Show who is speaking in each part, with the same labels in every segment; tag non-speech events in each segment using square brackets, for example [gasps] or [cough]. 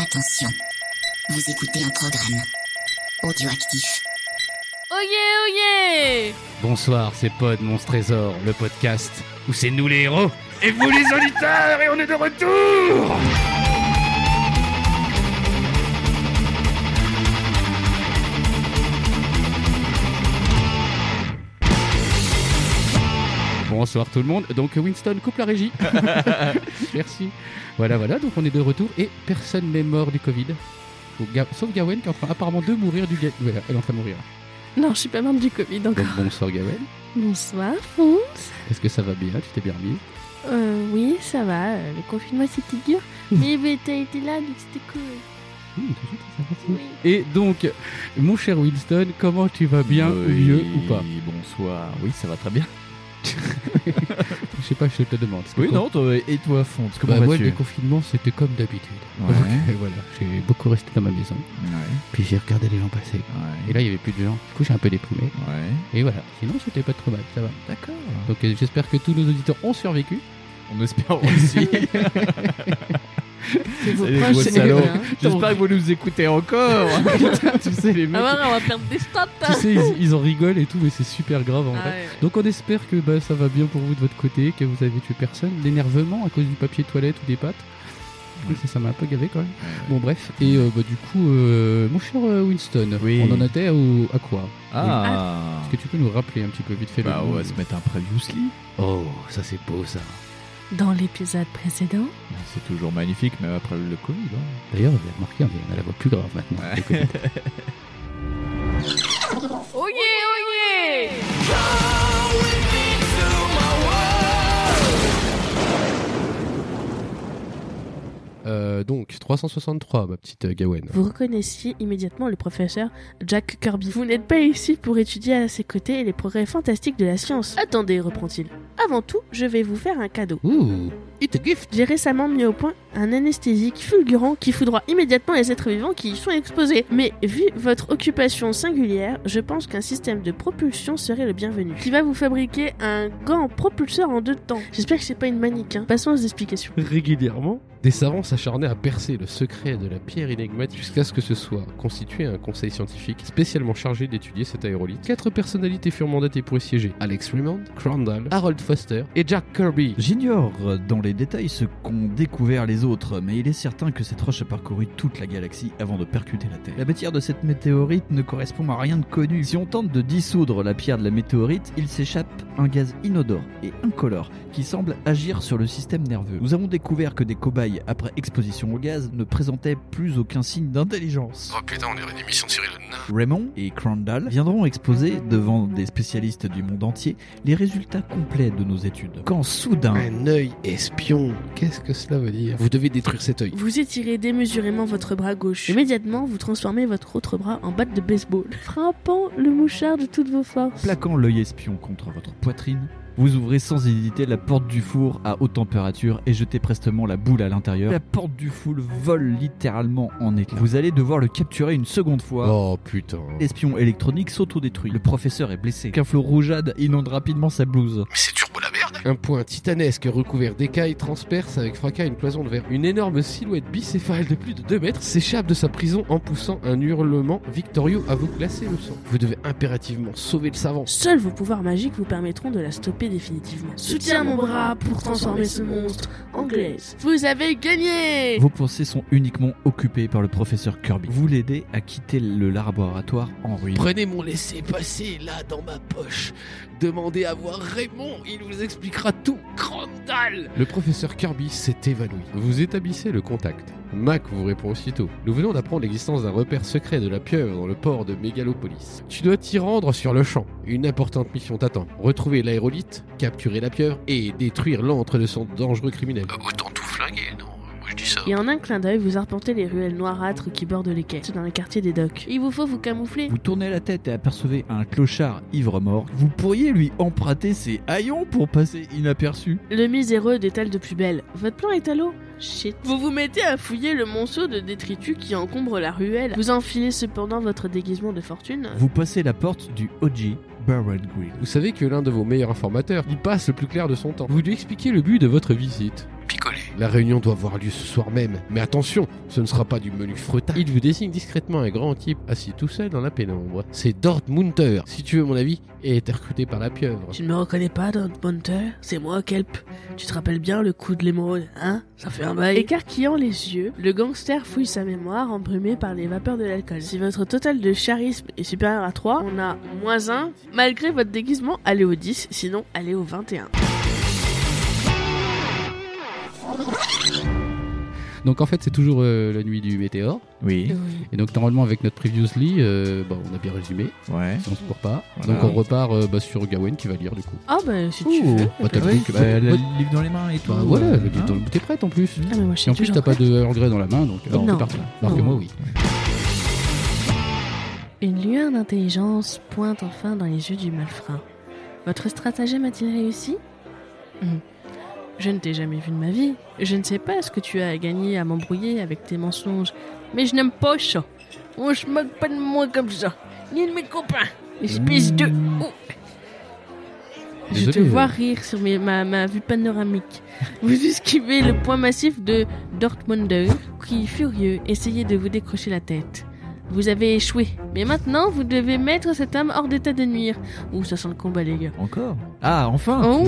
Speaker 1: Attention, vous écoutez un programme audioactif.
Speaker 2: Oyez, oyez
Speaker 3: Bonsoir, c'est Pod Monstre Trésor, le podcast où c'est nous les héros et vous les auditeurs et on est de retour Bonsoir tout le monde. Donc Winston coupe la régie. Merci. Voilà, voilà. Donc on est de retour et personne n'est mort du Covid. Sauf Ga- Sauf Gawen qui est en train apparemment de mourir du. Ga- Ouais, elle est en train de mourir.
Speaker 2: [laughs] Non, je suis pas membre du Covid
Speaker 3: Donc
Speaker 2: encore.
Speaker 3: bonsoir Gawen.
Speaker 2: Bonsoir, Fon.
Speaker 3: Est-ce que ça va bien Tu t'es bien remis
Speaker 2: Euh, oui, ça va, euh, le confinement c'était
Speaker 3: [laughs]
Speaker 2: dur. Mais bah, t'as été là, donc c'était cool.
Speaker 3: Hum, t'as vu, t'as fait ça
Speaker 2: Oui.
Speaker 3: Et donc, mon cher Winston, comment tu vas bien,
Speaker 4: Oui,
Speaker 3: mieux ou pas
Speaker 4: Bonsoir. Oui, ça va très bien.
Speaker 3: Je sais pas, je te demande. Parce que
Speaker 4: Oui,
Speaker 3: quand-
Speaker 4: non, toi, et toi, Fonte, comment
Speaker 3: bah, moi, le
Speaker 4: vas-tu
Speaker 3: déconfinement, c'était comme d'habitude. [laughs]
Speaker 4: Ouais.
Speaker 3: Et voilà, j'ai beaucoup resté dans ma maison.
Speaker 4: Ouais,
Speaker 3: Puis j'ai regardé les gens passer.
Speaker 4: ouais,
Speaker 3: Et là, il y avait plus de gens. Du coup, j'ai un peu déprimé.
Speaker 4: ouais.
Speaker 3: Et voilà. Sinon, c'était pas trop mal, ça va.
Speaker 4: D'accord.
Speaker 3: Donc, euh, j'espère que tous nos auditeurs
Speaker 2: [laughs]
Speaker 3: ont survécu.
Speaker 4: On espère [laughs] aussi.
Speaker 2: C'est vos
Speaker 4: Salut,
Speaker 2: proches,
Speaker 4: gros
Speaker 2: c'est [laughs]
Speaker 4: salaud.
Speaker 2: bien.
Speaker 4: J'espère que vous nous écoutez
Speaker 2: [laughs]
Speaker 3: [laughs]
Speaker 4: encore. Putain, tu sais, les
Speaker 2: Ah
Speaker 4: mecs.
Speaker 2: ouais, on va perdre des stats. hein.
Speaker 3: tu sais, ils, ils en rigolent et tout, mais c'est super grave en
Speaker 2: Ah
Speaker 3: vrai.
Speaker 2: ouais.
Speaker 3: Donc on espère que bah, ça va bien pour vous de votre côté, que vous avez tué personne, l'énervement à cause du papier toilette ou des pâtes. Ouais, Ça, ça m'a un peu gavé quand même. Bon bref, et euh, bah, du coup, euh, mon cher euh, Winston,
Speaker 4: Oui.
Speaker 3: on en était au- à quoi
Speaker 4: Ah.
Speaker 3: Est-ce que tu peux nous rappeler un petit peu vite fait
Speaker 4: Bah,
Speaker 3: le
Speaker 4: on va se mettre un previously.
Speaker 3: Oh, ça c'est beau ça.
Speaker 2: Dans l'épisode précédent,
Speaker 4: C'est toujours magnifique, même après le Covid. hein.
Speaker 3: D'ailleurs, vous avez remarqué, on est- on a la voix plus grave maintenant.
Speaker 4: Ouais.
Speaker 3: Les Covid.
Speaker 2: oyez, oyez
Speaker 5: Euh, donc 363, ma petite euh, Gawen.
Speaker 2: Vous reconnaissiez immédiatement le professeur Jack Kirby. Vous n'êtes pas ici pour étudier à ses côtés les progrès fantastiques de la science. Attendez, reprend-il. Avant tout, je vais vous faire un cadeau.
Speaker 3: Ouh, it's a gift
Speaker 2: J'ai récemment mis au point un anesthésique fulgurant qui foudroie immédiatement les êtres vivants qui y sont exposés. Mais vu votre occupation singulière, je pense qu'un système de propulsion serait le bienvenu. Qui va vous fabriquer un gant propulseur en deux temps. J'espère que c'est pas une mannequin. Passons aux explications.
Speaker 5: Régulièrement, des savants s'acharnaient à percer le secret de la pierre énigmatique jusqu'à ce que ce soit constitué un conseil scientifique spécialement chargé d'étudier cet aérolite. Quatre personnalités furent mandatées pour y siéger Alex Raymond, Crandall, Harold Foster et Jack Kirby.
Speaker 6: J'ignore euh, dans les détails ce qu'ont découvert les autres, mais il est certain que cette roche a parcouru toute la galaxie avant de percuter la Terre. La matière de cette météorite ne correspond à rien de connu. Si on tente de dissoudre la pierre de la météorite, il s'échappe un gaz inodore et incolore qui semble agir sur le système nerveux. Nous avons découvert que des cobayes après exposition au gaz ne présentaient plus aucun signe d'intelligence.
Speaker 5: putain, on est une émission de Cyril
Speaker 6: Raymond et Crandall viendront exposer devant des spécialistes du monde entier les résultats complets de nos études. Quand soudain,
Speaker 5: Un œil espion, qu'est-ce que cela veut dire Vous devez détruire cet œil.
Speaker 2: Vous étirez démesurément votre bras gauche. Immédiatement, vous transformez votre autre bras en batte de baseball, frappant le mouchard de toutes vos forces.
Speaker 6: plaquant l'œil espion contre votre poitrine, vous ouvrez sans hésiter la porte du four à haute température et jetez prestement la boule à l'intérieur. La porte du four vole littéralement en éclats. Vous allez devoir le capturer une seconde fois.
Speaker 5: Oh putain.
Speaker 6: L'espion électronique s'autodétruit. Le professeur est blessé. Qu'un flot rougeade inonde rapidement sa blouse.
Speaker 5: Un point titanesque recouvert d'écailles transperce avec fracas une cloison de verre. Une énorme silhouette bicéphale de plus de 2 mètres s'échappe de sa prison en poussant un hurlement victorieux à vous glacer le sang. Vous devez impérativement sauver le savant.
Speaker 2: Seuls vos pouvoirs magiques vous permettront de la stopper définitivement. Soutiens mon bras pour transformer ce monstre anglaise. Vous avez gagné
Speaker 6: Vos pensées sont uniquement occupées par le professeur Kirby. Vous l'aidez à quitter le laboratoire en ruine.
Speaker 5: Prenez mon laissez-passer là dans ma poche. Demandez à voir Raymond, il vous expliquera tout. Crandall Le professeur Kirby s'est évanoui. Vous établissez le contact. Mac vous répond aussitôt. Nous venons d'apprendre l'existence d'un repère secret de la pieuvre dans le port de Mégalopolis. Tu dois t'y rendre sur le champ. Une importante mission t'attend. Retrouver l'aérolite, capturer la pieuvre et détruire l'antre de son dangereux criminel. autant tout flinguer, non Moi je dis ça.
Speaker 2: Et en un clin d'œil, vous arpentez les ruelles noirâtres qui bordent les quais, dans le quartier des docks. Il vous faut vous camoufler.
Speaker 6: Vous tournez la tête et apercevez un clochard ivre-mort. Vous pourriez lui emprunter ses haillons pour passer inaperçu.
Speaker 2: Le miséreux détale de plus belle. Votre plan est à l'eau Shit. Vous vous mettez à fouiller le monceau de détritus qui encombre la ruelle. Vous enfilez cependant votre déguisement de fortune.
Speaker 6: Vous passez la porte du OG Baron Grill.
Speaker 5: Vous savez que l'un de vos meilleurs informateurs y passe le plus clair de son temps. Vous lui expliquez le but de votre visite. Picoler. La réunion doit avoir lieu ce soir même. Mais attention, ce ne sera pas du menu fretin. Il vous désigne discrètement un grand type assis tout seul dans la pénombre. C'est Dortmunder. Si tu veux mon avis, et a été recruté par la pieuvre.
Speaker 2: Tu ne me reconnais pas, Bunter C'est moi, Kelp. Tu te rappelles bien le coup de l'émeraude, hein Ça fait un bail. Écarquillant les yeux, le gangster fouille sa mémoire embrumée par les vapeurs de l'alcool. Si votre total de charisme est supérieur à 3, on a moins 1. Malgré votre déguisement, allez au 10, sinon allez au 21.
Speaker 3: Ah Donc en fait, c'est toujours euh, la nuit du météore.
Speaker 6: Oui.
Speaker 3: Et donc normalement, avec notre previously, euh, bon, on a bien résumé.
Speaker 6: Ouais.
Speaker 3: On se court pas.
Speaker 6: Voilà.
Speaker 3: Donc on repart euh, bah, sur Gawain qui va lire du coup.
Speaker 2: Ah bah si tu veux.
Speaker 3: bah, t'as le
Speaker 6: Oui,
Speaker 3: truc,
Speaker 6: bah,
Speaker 3: bah,
Speaker 6: elle a
Speaker 3: bah,
Speaker 6: le livre dans les mains et tout.
Speaker 3: bah, voilà, le
Speaker 6: Hein
Speaker 3: guidon, t'es prête en plus.
Speaker 2: Ah mais moi je
Speaker 3: Et
Speaker 2: suis
Speaker 3: en plus,
Speaker 2: toujours
Speaker 3: t'as pas
Speaker 2: prête.
Speaker 3: de engrais dans la main, donc bah, alors,
Speaker 2: Non.
Speaker 3: c'est parti. Alors que
Speaker 2: Non.
Speaker 3: moi, oui.
Speaker 7: Une lueur d'intelligence pointe enfin dans les yeux du malfrat. Votre stratagème a-t-il réussi
Speaker 2: Hmm. Je ne t'ai jamais vu de ma vie. Je ne sais pas ce que tu as à gagner à m'embrouiller avec tes mensonges. Mais je n'aime pas ça. On se moque pas de moi comme ça. Ni de mes copains. Espèce de... Oh. Je
Speaker 3: Désolé,
Speaker 2: te
Speaker 3: euh.
Speaker 2: vois rire sur mes- ma, ma vue panoramique. Vous esquivez le point massif de Dortmunder, qui, furieux, essayait de vous décrocher la tête. Vous avez échoué, mais maintenant vous devez mettre cet homme hors d'état de nuire. Ouh, ça sent le combat, les gars.
Speaker 6: Encore Ah, enfin
Speaker 3: [laughs]
Speaker 2: Oh.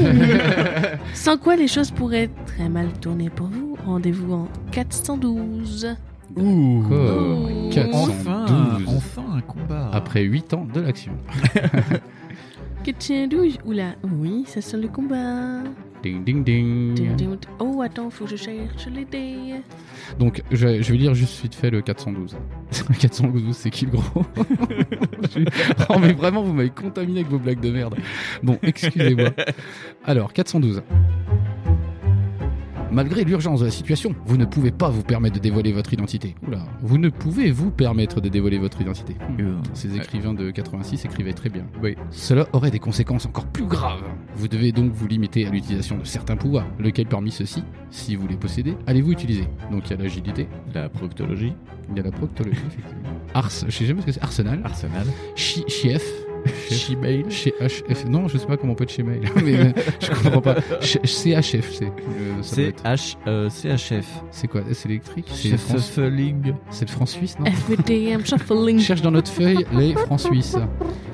Speaker 2: Sans quoi les choses pourraient très mal tourner pour vous. Rendez-vous en 412.
Speaker 6: Ouh
Speaker 3: Encore.
Speaker 2: Ouh.
Speaker 3: 412.
Speaker 6: Enfin Enfin un combat
Speaker 3: Après 8 ans de l'action.
Speaker 2: 412. Oula, oui, ça sent le combat.
Speaker 3: Ding ding ding.
Speaker 2: Oh, attends, faut que je cherche les dés.
Speaker 3: Donc je, je vais lire juste vite fait le 412. [laughs] Le 412 c'est qui le gros [laughs] Je- Oh mais vraiment vous m'avez contaminé avec vos blagues de merde. Bon excusez-moi. Alors 412. Malgré l'urgence de la situation, vous ne pouvez pas vous permettre de dévoiler votre identité. Oula, vous ne pouvez vous permettre de dévoiler votre identité. Hmm.
Speaker 6: Euh,
Speaker 3: Ces écrivains de 86 écrivaient très bien.
Speaker 6: Oui.
Speaker 3: Cela aurait des conséquences encore plus graves. Vous devez donc vous limiter à l'utilisation de certains pouvoirs, lequel parmi ceux-ci, si vous les possédez, allez-vous utiliser Donc il y a l'agilité,
Speaker 6: La proctologie
Speaker 3: il y a la
Speaker 6: [laughs]
Speaker 3: proctologie, effectivement. Ars, je sais jamais ce que c'est, Arsenal,
Speaker 6: Arsenal
Speaker 3: Chi- Chief, Chimail, CHF, non, je sais pas comment on peut être Chimail, [laughs] mais euh, je comprends
Speaker 6: [laughs]
Speaker 3: pas. Ch- CHF, c'est. euh, ça doit
Speaker 6: C'est
Speaker 3: être-
Speaker 6: H, euh, CHF.
Speaker 3: C'est quoi C'est électrique C'est le France-
Speaker 6: Shuffling.
Speaker 3: c'est le franc suisse, non
Speaker 6: [laughs]
Speaker 2: FBTM shuffling.
Speaker 3: Cherche dans notre feuille les francs suisses.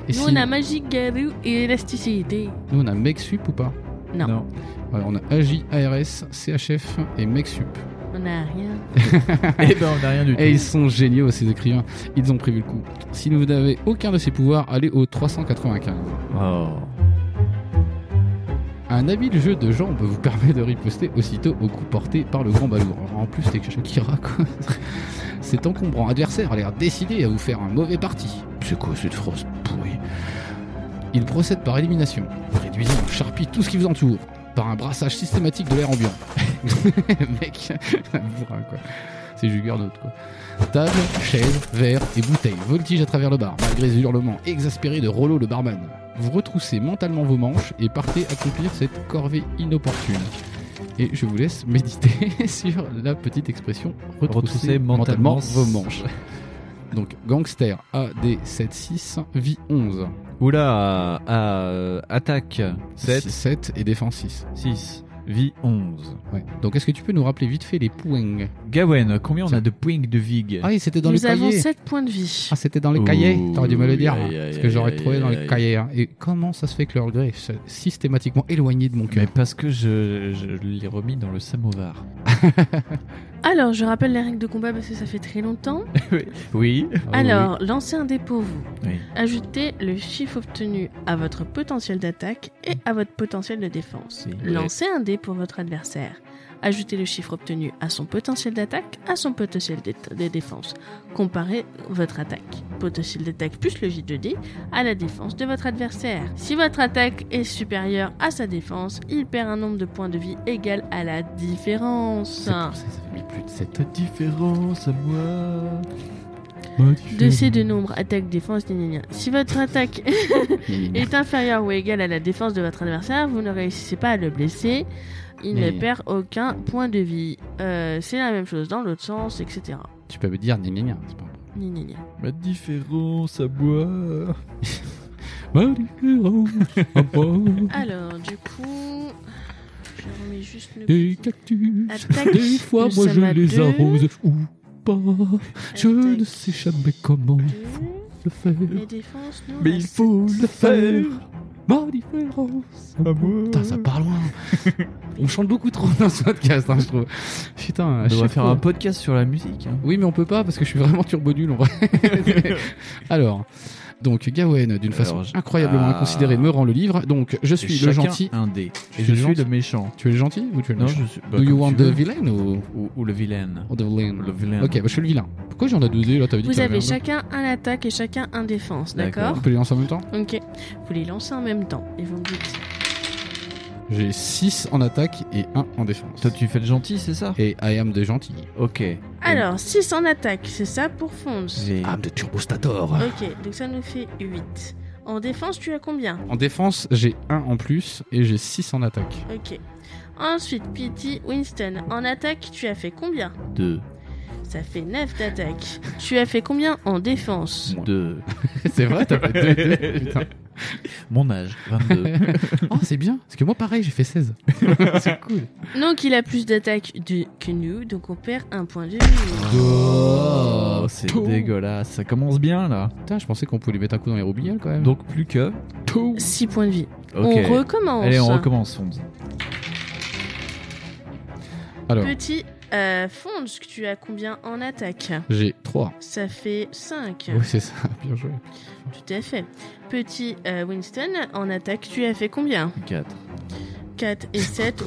Speaker 3: Et
Speaker 2: Nous,
Speaker 3: si-
Speaker 2: on a magique, garou et élasticité.
Speaker 3: nous, on a Mexup ou pas
Speaker 2: Non.
Speaker 3: Voilà, on a AJ, ARS, CHF et MechSup.
Speaker 2: On n'a rien.
Speaker 6: Eh ben, on a rien du tout.
Speaker 3: Et ils sont géniaux, ces écrivains. Ils ont prévu le coup. Si vous n'avez aucun de ces pouvoirs, allez au 395.
Speaker 6: Oh.
Speaker 3: Un habile jeu de jambes vous permet de riposter aussitôt au coup porté par le grand balourd. Alors, en plus, t'es que Shakira, quoi. [laughs] Cet encombrant adversaire a l'air décidé à vous faire un mauvais parti. C'est quoi cette phrase pourrie Il procède par élimination, réduisant en charpie tout ce qui vous entoure, par un brassage systématique de l'air ambiant. [laughs] Le Mec, un bourrin, quoi. C'est Juggernaut, quoi. Table, chaise, verre et bouteille voltigent à travers le bar, malgré les hurlements exaspérés de Rollo le barman. Vous retroussez mentalement vos manches et partez accomplir cette corvée inopportune. Et je vous laisse méditer [laughs] sur la petite expression retrousser
Speaker 6: Retrousser mentalement
Speaker 3: mentalement vos manches. Donc gangster AD76 vie 11
Speaker 6: Oula, euh, attaque 7,
Speaker 3: 7 et défense 6.
Speaker 6: 6, vie 11.
Speaker 3: Ouais. Donc est-ce que tu peux nous rappeler vite fait les poings
Speaker 6: Gawen, combien on a de poing de vig
Speaker 3: Ah oui, c'était dans
Speaker 2: Nous
Speaker 3: le
Speaker 2: avons
Speaker 3: cahier.
Speaker 2: 7 points de vie.
Speaker 3: Ah, c'était dans le
Speaker 6: Ouh,
Speaker 3: cahier T'aurais dû me le dire. hein,
Speaker 6: aïe, aïe,
Speaker 3: parce que j'aurais
Speaker 6: aïe,
Speaker 3: trouvé dans
Speaker 6: aïe,
Speaker 3: le
Speaker 6: aïe.
Speaker 3: cahier. hein. Et comment ça se fait que le regret est systématiquement éloigné de mon cœur
Speaker 6: Mais parce que je, je l'ai remis dans le samovar.
Speaker 3: Ah.
Speaker 2: Alors, je rappelle les règles de combat parce que ça fait très
Speaker 3: [laughs]
Speaker 2: longtemps.
Speaker 6: Oui.
Speaker 3: Ah oui,
Speaker 2: Alors, lancez un dé pour vous.
Speaker 6: Oui.
Speaker 2: Ajoutez le chiffre obtenu à votre potentiel d'attaque et à votre potentiel de défense.
Speaker 6: Oui.
Speaker 2: Lancez un dé pour votre adversaire. Ajoutez le chiffre obtenu à son potentiel d'attaque, à son potentiel de, de défense. Comparez votre attaque, potentiel d'attaque plus le J2D, à la défense de votre adversaire. Si votre attaque est supérieure à sa défense, il perd un nombre de points de vie égal à la différence.
Speaker 3: c'est pour ça, ça fait plus de 7 ans.
Speaker 6: différence à moi.
Speaker 2: De ces deux nombres, attaque, défense, gna gna gna. Si votre attaque
Speaker 3: Mmh.
Speaker 2: est inférieur ou égal à la défense de votre adversaire, vous ne réussissez pas à le blesser. Il
Speaker 3: Mais-
Speaker 2: ne perd aucun point de vie. Euh, c'est la même chose dans l'autre sens, etc.
Speaker 3: Tu peux me dire gna gna gna, hein, c'est pas
Speaker 2: Gna gna gna.
Speaker 6: Ma différence à moi. [laughs]
Speaker 3: grave.
Speaker 2: Alors, du coup, Je remets juste le
Speaker 3: Des
Speaker 2: petit.
Speaker 3: cactus.
Speaker 2: Attaque,
Speaker 3: Des fois,
Speaker 2: nous
Speaker 3: moi, je
Speaker 2: sommes à
Speaker 3: les
Speaker 2: deux.
Speaker 3: arrose ou pas. Je ne
Speaker 2: Attaque. Mmh.
Speaker 3: sais jamais comment
Speaker 2: Deux.
Speaker 3: le faire.
Speaker 2: Et défense, nous.
Speaker 3: Mais
Speaker 2: on a
Speaker 3: il faut
Speaker 2: sept.
Speaker 3: le faire. Ma différence. Putain,
Speaker 2: Mm.
Speaker 3: ça
Speaker 2: [laughs]
Speaker 3: part loin. on chante beaucoup trop dans ce podcast, hein, je trouve. Putain, à
Speaker 6: On devrait
Speaker 3: chaque
Speaker 6: faire
Speaker 3: fois.
Speaker 6: un podcast sur la musique. hein.
Speaker 3: Oui, mais on peut pas parce que je suis vraiment turbo nul en vrai.
Speaker 6: [laughs]
Speaker 3: Alors, donc Gawain, d'une façon
Speaker 6: Alors, je-
Speaker 3: incroyablement
Speaker 6: Ah.
Speaker 3: inconsidérée, me rend le livre. Donc, je suis
Speaker 6: Et
Speaker 3: le
Speaker 6: chacun
Speaker 3: gentil.
Speaker 6: Un dé.
Speaker 3: Je
Speaker 6: Et
Speaker 3: suis
Speaker 6: je
Speaker 3: le
Speaker 6: suis
Speaker 3: gentil.
Speaker 6: le méchant.
Speaker 3: Tu es le gentil ou tu es le
Speaker 6: Non,
Speaker 3: méchant
Speaker 6: je suis. bah,
Speaker 3: Do
Speaker 6: comme
Speaker 3: you
Speaker 6: tu
Speaker 3: want
Speaker 6: veux.
Speaker 3: the villain ou...
Speaker 6: ou, ou le vilain.
Speaker 3: or the villain
Speaker 6: Le vilain.
Speaker 3: Ok, bah, je suis le vilain. Pourquoi j'en ai deux dés là T'avais dit hein.
Speaker 2: Vous
Speaker 3: qu'il y
Speaker 2: avez
Speaker 3: avait un
Speaker 2: chacun un attaque et chacun un défense,
Speaker 3: dé.
Speaker 2: d'accord
Speaker 3: On peut les lancer en même temps
Speaker 2: Ok. Vous les lancez en même temps et vous me dites.
Speaker 3: J'ai 6 en attaque et 1 en défense.
Speaker 6: Toi, tu fais le gentil, c'est ça
Speaker 3: Et I am de gentil.
Speaker 6: Ok.
Speaker 2: Alors, 6 en attaque, c'est ça pour Fonz.
Speaker 6: J'ai-
Speaker 3: Ah,
Speaker 5: Âme de Turbostator.
Speaker 2: Ok, donc ça nous fait 8. En défense, tu as combien
Speaker 3: En défense, j'ai 1 en plus et j'ai 6 en attaque.
Speaker 2: Ok. Ensuite, Pity Winston. En attaque, tu as fait combien
Speaker 6: Deux.
Speaker 2: Ça fait 9 d'attaque. tu as fait combien en défense
Speaker 6: Deux.
Speaker 3: [laughs] c'est vrai, t'as fait 2 [laughs] dés Putain.
Speaker 6: Mon âge, [laughs] 22.
Speaker 3: Oh, c'est bien. Parce que moi, pareil, j'ai fait 16. c'est cool.
Speaker 2: Donc il a plus d'attaque de- que nous, donc on perd un point de vie.
Speaker 6: oh, c'est
Speaker 3: Tout.
Speaker 6: dégueulasse. Ça commence bien là.
Speaker 3: Putain, je pensais qu'on pouvait les mettre un coup dans les roubignoles quand même.
Speaker 6: Donc plus que.
Speaker 2: 6 points de vie.
Speaker 6: Ok.
Speaker 2: On recommence.
Speaker 6: Allez, on recommence. Fonz.
Speaker 3: Alors,
Speaker 2: Petit euh, Fonz, tu as combien en attaque
Speaker 3: j'ai 3.
Speaker 2: Ça fait 5.
Speaker 3: Oui, c'est ça, [laughs] bien joué.
Speaker 2: Tout à fait. Petit euh, Winston, en attaque, tu as fait combien
Speaker 6: 4.
Speaker 2: 4 et 7.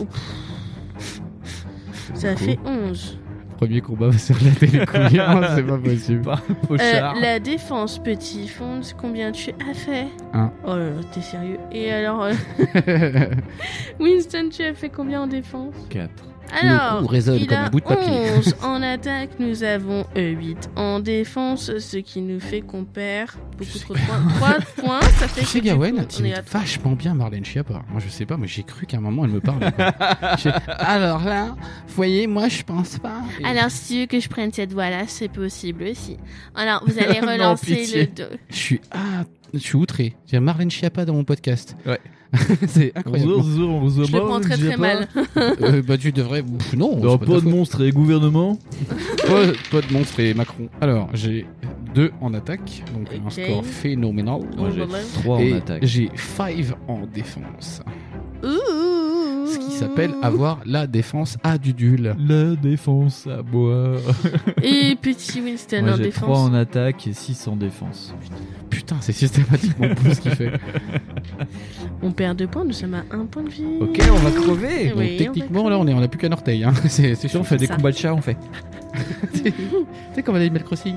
Speaker 2: ça fait 11.
Speaker 3: Premier combat va se relater les [laughs] couilles. hein, c'est pas [laughs] possible.
Speaker 6: Pochard.
Speaker 2: Euh, la défense, petit Fonz, combien tu as fait
Speaker 3: Un.
Speaker 2: Oh là là, t'es sérieux. Et alors, euh, Winston, tu as fait combien en défense
Speaker 6: 4.
Speaker 2: Alors,
Speaker 3: coup résonne
Speaker 2: il
Speaker 3: comme
Speaker 2: a
Speaker 3: un bout de papier. [laughs]
Speaker 2: 11 en attaque, nous avons euh, 8 en défense, ce qui nous fait qu'on perd beaucoup
Speaker 3: sais
Speaker 2: trop de points. 3
Speaker 3: [laughs]
Speaker 2: points, ça fait
Speaker 3: Tu sais,
Speaker 2: que du
Speaker 3: Gawen,
Speaker 2: coup,
Speaker 3: tu
Speaker 2: on est
Speaker 3: mets
Speaker 2: à trois.
Speaker 3: vachement bien Marlène Schiappa. Moi, je sais pas, mais j'ai cru qu'à un moment, elle me parlait. quoi. [laughs] J'ai- Alors là, voyez, moi, je pense pas. Et-
Speaker 7: Alors, si tu veux que je prenne cette voie-là, c'est possible aussi. Alors,
Speaker 3: [laughs]
Speaker 7: vous allez
Speaker 6: Non,
Speaker 7: relancer
Speaker 6: pitié.
Speaker 7: le dos.
Speaker 3: Je suis, ah, je suis outré. J'ai Marlène Schiappa dans mon podcast.
Speaker 6: Ouais.
Speaker 3: [laughs] c'est incroyable.
Speaker 2: Je le prends très très mal.
Speaker 3: Euh, bah, tu devrais. Pff, non, c'est
Speaker 6: Dans
Speaker 3: pas
Speaker 6: pas
Speaker 3: ta
Speaker 6: de
Speaker 3: faute.
Speaker 6: monstre et gouvernement.
Speaker 3: Pas, pas de monstre et Macron. Alors, j'ai 2 en attaque, donc un
Speaker 2: Ok.
Speaker 3: score phénoménal.
Speaker 6: Moi, j'ai
Speaker 2: Oh, bah, bah.
Speaker 6: 3 en
Speaker 3: et
Speaker 6: attaque.
Speaker 3: j'ai 5 en défense.
Speaker 2: Ouh.
Speaker 3: Ce qui s'appelle avoir la défense à Dudule.
Speaker 6: La défense à boire.
Speaker 2: Et petit Winston
Speaker 6: Moi,
Speaker 2: en
Speaker 6: j'ai 3
Speaker 2: défense.
Speaker 6: en attaque et 6 en défense.
Speaker 3: Putain, c'est systématiquement plus ce
Speaker 2: [laughs]
Speaker 3: qu'il fait.
Speaker 2: On perd 2 points, nous sommes à 1 point de vie.
Speaker 6: Ok, on va crever.
Speaker 2: Oui,
Speaker 3: Donc,
Speaker 2: on
Speaker 3: techniquement,
Speaker 2: va
Speaker 3: là, on est- on a plus qu'un orteil. Hein. [laughs] C'est c'est
Speaker 6: Si
Speaker 2: [laughs]
Speaker 3: chiant.
Speaker 6: on fait des
Speaker 2: ça.
Speaker 6: combats de chat, on fait.
Speaker 3: Tu sais, comme à Animal Crossing.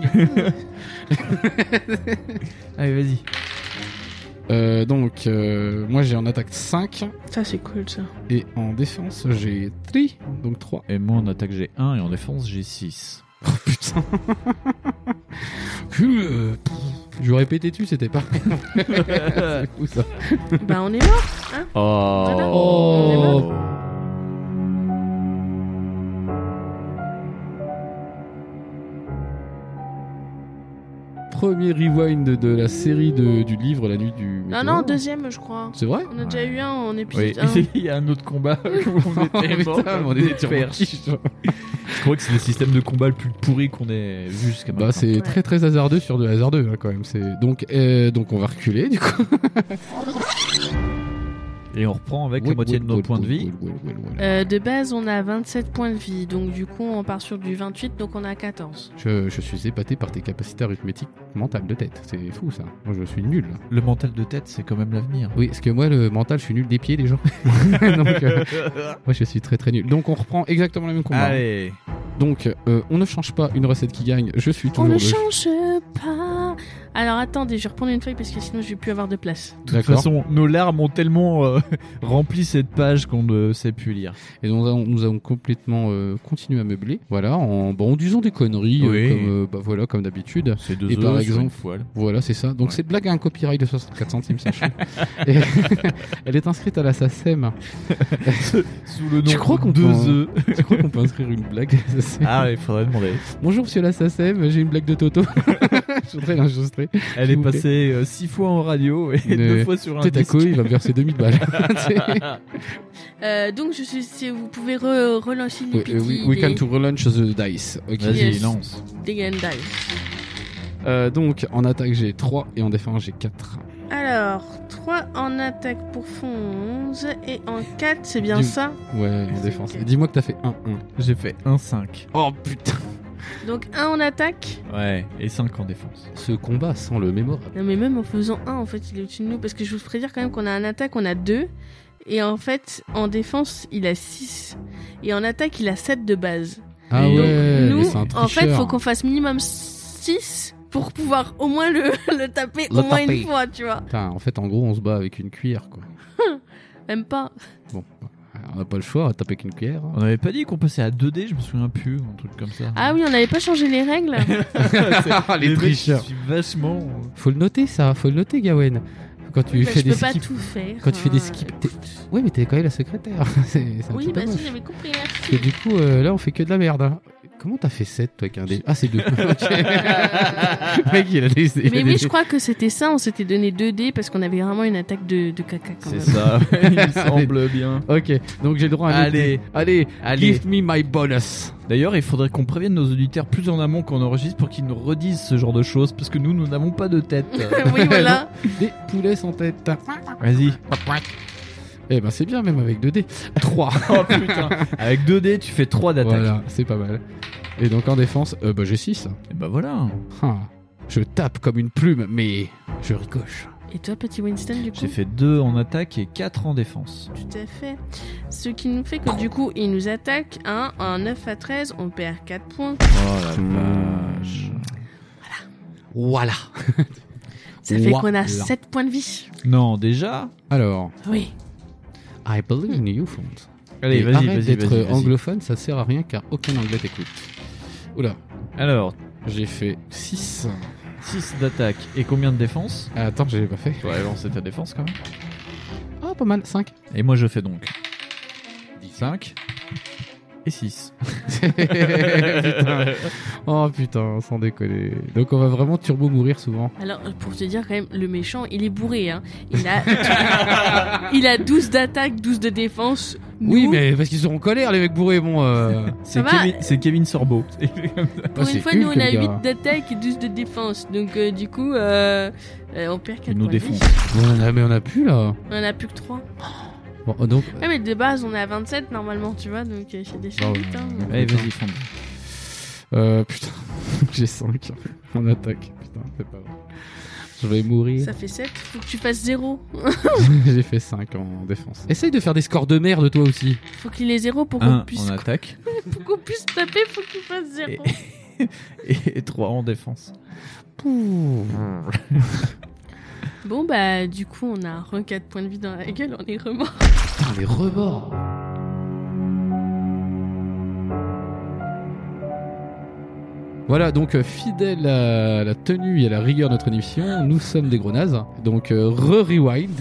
Speaker 6: Allez, vas-y.
Speaker 3: Euh, donc, euh, moi, j'ai en attaque 5
Speaker 2: Ça c'est cool ça. [laughs]
Speaker 3: et en défense, j'ai 3, donc 3.
Speaker 6: Et moi, en attaque, j'ai 1 et en défense, j'ai 6.
Speaker 3: Oh putain. Que- J'aurais pété dessus, c'était pas.
Speaker 6: [laughs]
Speaker 3: C'est fou, ça.
Speaker 2: bah on est mort. Voilà.
Speaker 6: Oh.
Speaker 3: Premier rewind de la série de- du livre La nuit du.
Speaker 2: Non,
Speaker 3: météore.
Speaker 2: Ah non, deuxième je crois.
Speaker 3: C'est vrai
Speaker 2: On a déjà eu un en
Speaker 6: [laughs] Oui,
Speaker 2: épisode 1.
Speaker 6: il y a un autre combat où [laughs] Oh, on
Speaker 3: [laughs]
Speaker 6: était
Speaker 3: Putain,
Speaker 6: mort
Speaker 3: Ah, mais on
Speaker 6: comme
Speaker 3: est
Speaker 6: des
Speaker 3: des
Speaker 6: perches.
Speaker 3: turbotiches.
Speaker 6: Je crois que c'est le système de combat le plus pourri qu'on ait vu jusqu'à maintenant.
Speaker 3: Bah, c'est très très hasardeux sur de hasardeux hein, quand même. C'est donc euh, donc on va reculer du coup.
Speaker 6: Et on reprend avec la moitié de nos points de vie.
Speaker 2: Euh, de base, on a 27 points de vie, donc du coup, on part sur du 28, donc on a 14.
Speaker 3: Je, je suis épaté par tes capacités arithmétiques mentales de tête. C'est fou ça. Moi je suis nul.
Speaker 6: Le mental de tête, c'est quand même l'avenir. [laughs]
Speaker 3: Oui, parce que moi le mental, je suis nul des pieds les gens. [laughs] donc euh, moi je suis très très nul. Donc on reprend exactement le même combat.
Speaker 6: Allez.
Speaker 3: Donc euh, on ne change pas une recette qui gagne. Je suis
Speaker 2: on
Speaker 3: toujours
Speaker 2: ne
Speaker 3: le.
Speaker 2: change pas Alors attendez, je vais reprendre une feuille parce que sinon je vais plus avoir de place.
Speaker 6: De toute façon, nos larmes ont tellement euh, [laughs] rempli cette page qu'on ne sait plus lire.
Speaker 3: Et nous avons, nous avons complètement euh, continué à meubler. Voilà, en, bon, en disant des conneries, euh,
Speaker 6: Oui.
Speaker 3: comme, euh, bah, voilà, comme d'habitude.
Speaker 6: C'est deux
Speaker 3: Et par
Speaker 6: œufs sur une
Speaker 3: exemple-
Speaker 6: poêle.
Speaker 3: Voilà, c'est ça. Donc
Speaker 6: Ouais.
Speaker 3: cette blague a un copyright de 64 centimes, sachez. Et- [laughs] elle est inscrite à la SACEM.
Speaker 6: Sous le nom
Speaker 3: Tu crois qu'on
Speaker 6: de
Speaker 3: peut en-
Speaker 6: deux œufs.
Speaker 3: Tu crois qu'on peut inscrire une blague à la SACEM
Speaker 6: [laughs] Ah, il faudrait demander.
Speaker 3: Bonjour monsieur la SACEM, j'ai une blague de Toto. [laughs] Je voudrais l'enregistrer. plaît.
Speaker 6: [laughs] Elle
Speaker 3: S'il
Speaker 6: est
Speaker 3: vous plaît.
Speaker 6: passée euh, six fois en radio et
Speaker 3: Mais-
Speaker 6: deux fois sur un
Speaker 3: Tête à
Speaker 6: disque.
Speaker 3: couille, il va me verser 2000 balles. [laughs]
Speaker 2: Euh, donc, je suis, si vous pouvez re- relancer les
Speaker 3: we,
Speaker 6: euh,
Speaker 2: petits
Speaker 3: we- we
Speaker 2: des,
Speaker 3: can to relaunch the dice. Ok.
Speaker 6: [laughs] Vas-y,
Speaker 2: Yes.
Speaker 6: lance.
Speaker 2: des Game Dice.
Speaker 3: Euh, donc, en attaque, j'ai 3 et en défense, j'ai 4.
Speaker 2: Alors, 3 en attaque pour fond 11 et en 4, c'est bien
Speaker 3: Du-
Speaker 2: ça
Speaker 3: Ouais, en
Speaker 2: C'est
Speaker 3: défense.
Speaker 2: ok.
Speaker 3: Dis-moi que t'as fait 1-1.
Speaker 6: J'ai fait 1-5.
Speaker 3: Oh putain
Speaker 2: Donc, 1 en attaque.
Speaker 6: Ouais, et 5 en défense.
Speaker 3: Ce combat sent le mémorable.
Speaker 2: Non, mais même en faisant 1, en fait, il est au-dessus de nous. Parce que je vous ferai dire quand même qu'on a en attaque, on a 2. Et en fait, en défense, il a 6. Et en attaque, il a 7 de base.
Speaker 3: Ah
Speaker 6: Et donc,
Speaker 3: ouais, mais
Speaker 2: Nous,
Speaker 3: c'est un
Speaker 2: en fait,
Speaker 3: tricheur.
Speaker 2: faut qu'on fasse minimum 6 pour pouvoir au moins le, [laughs] le taper
Speaker 3: Le
Speaker 2: au moins
Speaker 3: taper.
Speaker 2: une fois, tu vois.
Speaker 3: Putain, en fait, en gros, on se bat avec une cuillère, quoi.
Speaker 2: Même pas.
Speaker 3: Bon, bah, on n'a pas le choix, on va taper qu'une cuillère. hein.
Speaker 6: On avait pas dit qu'on passait à 2D, je me souviens plus, un truc comme ça.
Speaker 2: Ah oui, on n'avait pas changé les
Speaker 3: [laughs]
Speaker 2: règles.
Speaker 6: [laughs]
Speaker 2: Ah,
Speaker 6: C'est-
Speaker 3: Les
Speaker 6: mecs,
Speaker 3: tricheurs.
Speaker 6: Je suis vachement. euh.
Speaker 3: Faut le noter, ça, faut le noter, Gawen. Quand tu
Speaker 2: Bah,
Speaker 3: fais
Speaker 2: je
Speaker 3: des
Speaker 2: peux pas
Speaker 3: skips.
Speaker 2: tout faire.
Speaker 3: Quand tu fais des
Speaker 2: hein.
Speaker 3: skips, t'es- Oui, mais t'es quand même la secrétaire. [laughs] c'est c'est un
Speaker 2: Oui,
Speaker 3: petit peu
Speaker 2: bah si,
Speaker 3: moche.
Speaker 2: j'avais compris.
Speaker 3: Parce que du coup, euh, là, on fait que de la merde. hein. Comment t'as fait 7, toi, avec un dé
Speaker 2: [laughs]
Speaker 3: Ah, [laughs] c'est 2. Mec, il a des. [laughs] il a
Speaker 2: Euh, Mais
Speaker 3: des-
Speaker 2: oui, je crois que c'était ça. On s'était donné 2 dés parce qu'on avait vraiment une attaque de, de caca quand
Speaker 6: C'est
Speaker 2: même.
Speaker 6: [laughs] ça, il semble bien.
Speaker 3: Ok, donc j'ai le droit à un autre
Speaker 6: Allez.
Speaker 3: dé. Allez,
Speaker 6: Allez.
Speaker 3: give me my bonus.
Speaker 6: D'ailleurs, il faudrait qu'on prévienne nos auditeurs plus en amont qu'on enregistre pour qu'ils nous redisent ce genre de choses, parce que nous, nous n'avons pas de [laughs] tête.
Speaker 2: [laughs] oui,
Speaker 3: [laughs]
Speaker 2: voilà.
Speaker 3: Des poulets sans tête.
Speaker 6: Vas-y.
Speaker 3: Eh ben, c'est bien, même avec 2 dés. 3.
Speaker 6: [laughs] Oh putain. Avec 2D, tu fais 3 d'attaque.
Speaker 3: Voilà, c'est pas mal. Et donc en défense, euh, bah, j'ai 6.
Speaker 6: Et bah voilà.
Speaker 3: Je tape comme une plume, mais je ricoche.
Speaker 2: Et toi, petit Winston, du coup
Speaker 6: J'ai fait 2 en attaque et 4 en défense.
Speaker 2: Tout à fait. Ce qui nous fait que du coup, il nous attaque. Hein, en 9 à 13, on perd 4 points.
Speaker 6: Oh la vache.
Speaker 3: Voilà.
Speaker 2: Ça fait qu'on
Speaker 3: Voilà.
Speaker 2: a 7 points de vie.
Speaker 6: Non, déjà
Speaker 3: Alors,
Speaker 2: Oui.
Speaker 3: I believe in you, Font.
Speaker 6: Allez,
Speaker 3: Et
Speaker 6: vas-y,
Speaker 3: arrête
Speaker 6: vas-y,
Speaker 3: d'être
Speaker 6: vas-y. vas-y.
Speaker 3: anglophone, ça sert à rien car aucun anglais t'écoute. Oula,
Speaker 6: Alors,
Speaker 3: j'ai fait 6.
Speaker 6: 6 d'attaque et combien de défense
Speaker 3: Ah, Attends, j'ai pas fait.
Speaker 6: Tu vas lancer ta défense quand même.
Speaker 3: Ah, pas mal,
Speaker 6: [laughs]
Speaker 3: 5.
Speaker 6: Et moi, je fais donc 5 et [laughs] 6.
Speaker 3: Oh putain, sans déconner. Donc on va vraiment turbo mourir souvent.
Speaker 2: Alors, euh, pour te dire quand même, le méchant, il est bourré. Hein. Il, a... [laughs] il a 12 d'attaque, 12 de défense. Nous,
Speaker 3: Oui, mais parce qu'ils sont en colère, les mecs bourrés, bon. euh,
Speaker 6: C'est
Speaker 2: va
Speaker 6: Kevin, c'est Kevin Sorbo.
Speaker 2: Pour
Speaker 3: ah, c'est
Speaker 2: une fois, nous,
Speaker 3: Hulk,
Speaker 2: on a
Speaker 3: le gars.
Speaker 2: 8 d'attaque et 12 de défense. Donc, euh, du coup, euh, euh, on perd 4
Speaker 6: Il nous
Speaker 2: points de
Speaker 6: défonce.
Speaker 2: vie.
Speaker 3: Bon, on en a- mais on a plus là.
Speaker 2: On en a plus que 3.
Speaker 3: Bon, oh, donc,
Speaker 2: Ouais, mais de base, on est à 27 normalement, tu vois. Donc, euh, c'est des
Speaker 3: Oh,
Speaker 2: vite. Hein.
Speaker 6: Allez, vas-y, fonde.
Speaker 3: euh, putain, [laughs] j'ai 5 en attaque. Putain, c'est pas vrai. Je vais mourir.
Speaker 2: Ça fait 7. Faut que tu fasses 0.
Speaker 3: [laughs] j'ai fait 5 en défense. Essaye de faire des scores de merde, toi aussi.
Speaker 2: Faut qu'il ait 0 pour qu'on
Speaker 6: 1
Speaker 2: puisse,
Speaker 6: en attaque
Speaker 2: [laughs] pour qu'on puisse taper. Faut qu'il fasse 0.
Speaker 6: Et- et 3 en défense.
Speaker 2: [laughs] Bon, bah, du coup, on a re 4 points de vie dans la gueule. On est remords.
Speaker 3: Putain, les rebords. Voilà, donc euh, fidèle à la tenue et à la rigueur de notre émission, nous sommes des gros nazes. Donc, euh, re-rewind.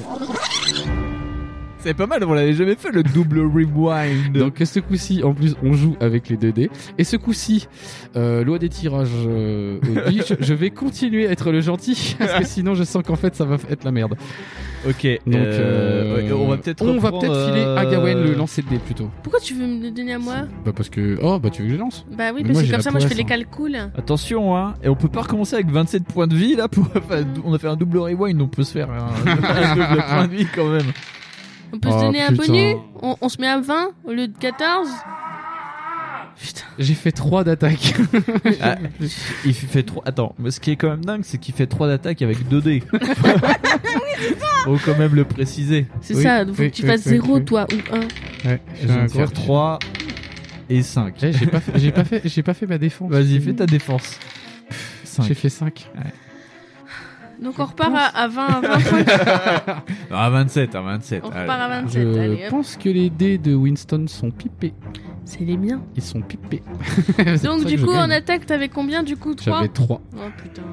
Speaker 6: C'est pas mal, on l'avait jamais fait le double rewind.
Speaker 3: Donc ce coup-ci, en plus, on joue avec les 2 dés. Et ce coup-ci, euh, loi des tirages euh,
Speaker 6: [laughs]
Speaker 3: oblige, je vais continuer à être le gentil, [laughs] parce que sinon je sens qu'en fait ça va être la merde.
Speaker 6: ok,
Speaker 3: Donc
Speaker 6: euh,
Speaker 3: euh,
Speaker 6: ouais, on va peut-être
Speaker 3: on va
Speaker 6: reprendre,
Speaker 3: peut-être filer à
Speaker 6: euh,
Speaker 3: Gawen le lancer de dés plutôt.
Speaker 2: Pourquoi tu veux me le donner à moi
Speaker 3: Bah parce que... Oh, bah tu veux que je lance
Speaker 2: Bah oui,
Speaker 3: Mais
Speaker 2: parce
Speaker 3: moi, j'ai
Speaker 2: que comme
Speaker 3: la
Speaker 2: ça, moi, je fais
Speaker 3: poisse,
Speaker 2: les
Speaker 3: hein.
Speaker 2: calculs.
Speaker 6: Attention, hein. Et on peut pas recommencer avec 27 points de vie là. Pour... [laughs] enfin, on a fait un double rewind, on peut se faire un, [laughs] un double point de vie quand même.
Speaker 2: On peut se
Speaker 3: Oh,
Speaker 2: donner un
Speaker 3: putain.
Speaker 2: bonus on, on se met à 20 au lieu de 14 Putain.
Speaker 3: J'ai fait 3 d'attaque.
Speaker 6: Ah, il fait 3. Attends, mais ce qui est quand même dingue, c'est qu'il fait 3 d'attaques avec
Speaker 2: [laughs]
Speaker 6: 2 dés. Faut quand même le préciser.
Speaker 2: C'est
Speaker 3: Oui,
Speaker 2: ça, donc faut
Speaker 3: oui,
Speaker 2: que tu
Speaker 3: oui,
Speaker 2: fasses
Speaker 3: oui,
Speaker 2: 0
Speaker 3: oui.
Speaker 2: toi ou 1.
Speaker 6: [laughs]
Speaker 3: ouais,
Speaker 6: Je vais faire 3 et 5.
Speaker 3: Eh, J'ai pas, fait- j'ai pas fait, j'ai pas fait ma défense.
Speaker 6: Vas-y, fais ta défense. 5.
Speaker 3: J'ai fait 5.
Speaker 2: Donc on repart à, à 20, à 25.
Speaker 3: [laughs]
Speaker 6: Ah, 27, ah, 27.
Speaker 2: on
Speaker 6: allez.
Speaker 2: repart à 27, allez
Speaker 3: Je
Speaker 2: hop.
Speaker 3: pense que les dés de Winston sont pipés.
Speaker 2: C'est les miens.
Speaker 3: Ils sont pipés. [laughs]
Speaker 2: Donc du coup, en
Speaker 3: on a
Speaker 2: attaque, t'avais combien du coup 3
Speaker 3: J'avais 3,
Speaker 2: Oh putain.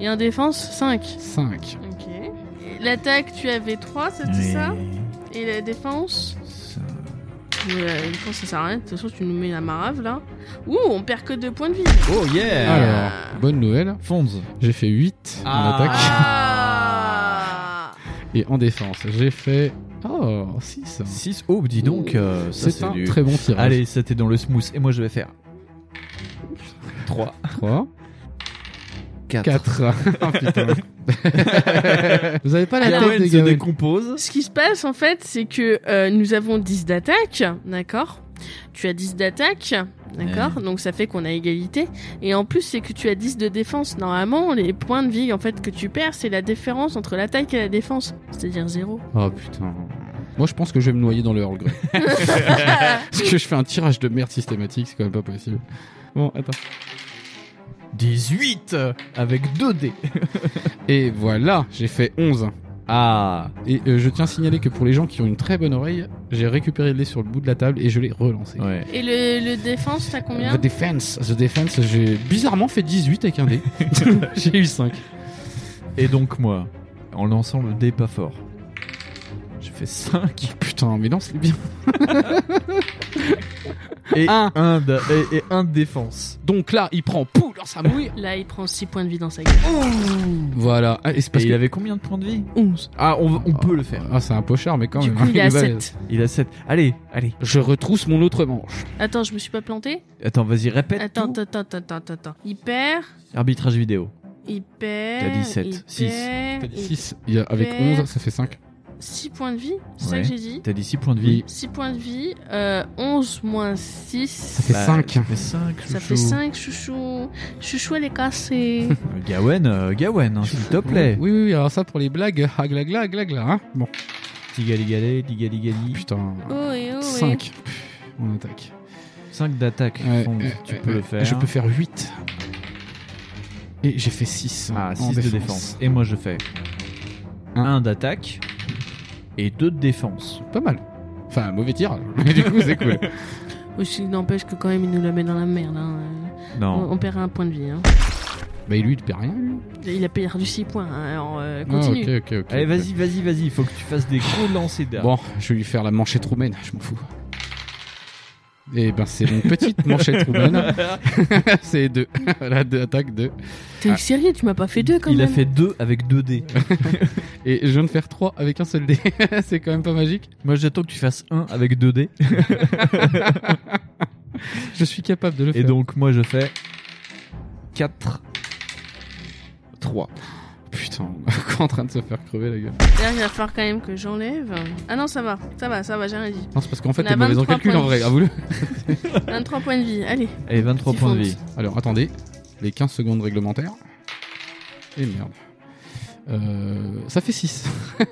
Speaker 2: Et en défense, 5.
Speaker 3: 5.
Speaker 2: Ok. Et L'attaque, tu avais 3, c'est
Speaker 6: Mais-
Speaker 2: ça Et la défense
Speaker 6: Ça-
Speaker 2: Puis euh, il me pense que ça sert à rien. De toute façon, tu nous mets la marave là. Ouh, on perd que deux points de vie.
Speaker 6: Oh yeah
Speaker 3: Alors, bonne nouvelle,
Speaker 6: Fonz.
Speaker 3: j'ai fait 8 en attaque
Speaker 2: Ah.
Speaker 3: et en défense. J'ai fait. Oh, 6.
Speaker 6: 6 oh, dis donc. euh, ça,
Speaker 3: C'est un
Speaker 6: du-
Speaker 3: très bon tirage.
Speaker 6: Allez, c'était dans le smooth. Et moi, je vais faire 3.
Speaker 3: 3,
Speaker 6: 4. [laughs]
Speaker 3: 4. putain. Vous avez pas la tête
Speaker 6: Gawain
Speaker 3: des
Speaker 6: se
Speaker 3: Gawain.
Speaker 6: décompose.
Speaker 2: Ce qui se passe en fait, c'est que euh, nous avons 10 d'attaque, d'accord Tu as 10 d'attaque, d'accord Donc ça fait qu'on a égalité. Et en plus, c'est que tu as 10 de défense. Normalement, les points de vie en fait que tu perds, c'est la différence entre l'attaque et la défense, c'est-à-dire 0.
Speaker 3: Oh putain. Moi je pense que je vais me noyer dans le Earl
Speaker 6: [laughs]
Speaker 3: Grey. Parce que je fais un tirage de merde systématique, c'est quand même pas possible. Bon, attends.
Speaker 6: 18 avec 2 dés.
Speaker 3: Et voilà, j'ai fait 11.
Speaker 6: Ah,
Speaker 3: Et euh, je tiens à signaler que pour les gens qui ont une très bonne oreille, j'ai récupéré le lait sur le bout de la table et je l'ai relancé.
Speaker 6: ouais.
Speaker 2: Et le, le défense, t'as combien
Speaker 3: The Defense, The Defense, j'ai bizarrement fait 18 avec un
Speaker 6: [laughs]
Speaker 3: dé. [laughs] j'ai eu 5.
Speaker 6: Et donc, moi, en lançant le dé pas fort, j'ai fait 5
Speaker 3: Putain, mais non, c'est bien.
Speaker 6: et
Speaker 3: Un.
Speaker 6: 1 de, et, et un de défense.
Speaker 3: Donc là, il prend pouls dans sa mouille.
Speaker 2: Là, il prend 6 points de vie dans sa gueule.
Speaker 3: Voilà. Ah, et c'est parce
Speaker 6: et
Speaker 3: que-
Speaker 6: il avait combien de points de vie
Speaker 2: 11.
Speaker 6: Ah, on, on peut le faire.
Speaker 3: Ah, c'est un pochard, mais quand
Speaker 2: Du
Speaker 3: même.
Speaker 2: coup,
Speaker 3: hein,
Speaker 2: il est à
Speaker 3: balèze.
Speaker 2: 7.
Speaker 6: [laughs] Il a 7. Allez, allez.
Speaker 3: Je retrousse mon autre manche.
Speaker 2: Attends, je me suis pas planté
Speaker 6: Attends, vas-y, répète.
Speaker 2: Attends,
Speaker 6: tout.
Speaker 2: attends, attends, attends, attends. Il perd,
Speaker 6: Arbitrage vidéo.
Speaker 2: il perd.
Speaker 6: T'as dit sept, six.
Speaker 3: T'as dit
Speaker 2: six.
Speaker 3: 6, il y a- avec
Speaker 2: fait-
Speaker 3: 11, ça fait 5.
Speaker 2: 6 points de vie, c'est ça
Speaker 6: Ouais.
Speaker 2: que j'ai dit
Speaker 6: T'as dit 6 points de vie.
Speaker 2: 6 points de vie, euh, 11 moins 6,
Speaker 3: Ça fait
Speaker 6: Bah,
Speaker 3: 5.
Speaker 6: Ça fait 5.
Speaker 2: ça fait 5, chouchou. Chouchou, elle est
Speaker 6: [laughs]
Speaker 2: cassée.
Speaker 6: Gawen, euh, Gawen, hein, s'il te plaît.
Speaker 3: Oui, oui, oui, alors ça pour les blagues, aglagla, aglagla, hein. Bon,
Speaker 6: Tigaligalé, Ligaligali.
Speaker 3: putain.
Speaker 2: oh et oh
Speaker 3: 5. On attaque.
Speaker 6: 5 d'attaque.
Speaker 3: Ouais,
Speaker 6: Fonz,
Speaker 3: ouais,
Speaker 6: tu
Speaker 3: ouais,
Speaker 6: peux
Speaker 3: ouais.
Speaker 6: le faire.
Speaker 3: Je peux faire 8. Et j'ai fait 6.
Speaker 6: Ah, 6 de défense. Et moi, je fais 1 d'attaque et 2 de défense.
Speaker 3: Pas mal. Enfin, mauvais tir, [laughs] mais du coup, c'est
Speaker 6: [laughs]
Speaker 3: cool.
Speaker 2: Aussi, n'empêche que quand même, il nous la met dans la merde. hein. Euh,
Speaker 6: Non.
Speaker 2: On, on perd un point de vie. hein.
Speaker 3: bah, lui, il perd rien, lui.
Speaker 2: Il a perdu 6 points, hein, alors euh,
Speaker 3: Ah,
Speaker 2: continue.
Speaker 3: ok, ok, ok.
Speaker 6: Allez, vas-y, vas-y, vas-y. Il faut que tu fasses des gros lancers d'armes.
Speaker 3: Bon, je vais lui faire la manchette roumaine, je m'en fous. Et ben, c'est mon petite manchette
Speaker 6: [laughs]
Speaker 3: roumaine. [laughs] c'est [laughs] 2. voilà, 2 attaques, 2.
Speaker 2: T'es sérieux, tu m'as pas fait deux quand
Speaker 6: Il a
Speaker 2: même
Speaker 6: fait 2 avec 2 dés.
Speaker 3: Et je viens de faire 3 avec un seul dé. [laughs] c'est quand même pas magique.
Speaker 6: [laughs] Moi, j'attends que tu fasses 1 avec 2 dés.
Speaker 3: Je suis capable de le
Speaker 6: Et
Speaker 3: faire.
Speaker 6: donc, moi, je fais 4. 3.
Speaker 3: Putain, on est [laughs] encore en train de se faire crever la gueule.
Speaker 2: D'ailleurs, il va falloir quand même que j'enlève. Ah non, ça va, ça va, ça va, j'ai rien dit.
Speaker 3: Non, c'est parce qu'en fait,
Speaker 2: On a
Speaker 3: t'es mauvaise en
Speaker 2: 23
Speaker 3: calcul
Speaker 2: points
Speaker 3: en
Speaker 2: de
Speaker 3: vrai. Ah,
Speaker 2: vie.
Speaker 3: avoue-le.
Speaker 2: 23 points de vie, allez.
Speaker 6: Allez, 23
Speaker 2: Petit
Speaker 6: points de
Speaker 2: Fonz.
Speaker 6: vie.
Speaker 3: Alors, attendez. Les 15 secondes réglementaires. Et merde. Euh, ça fait 6. [laughs]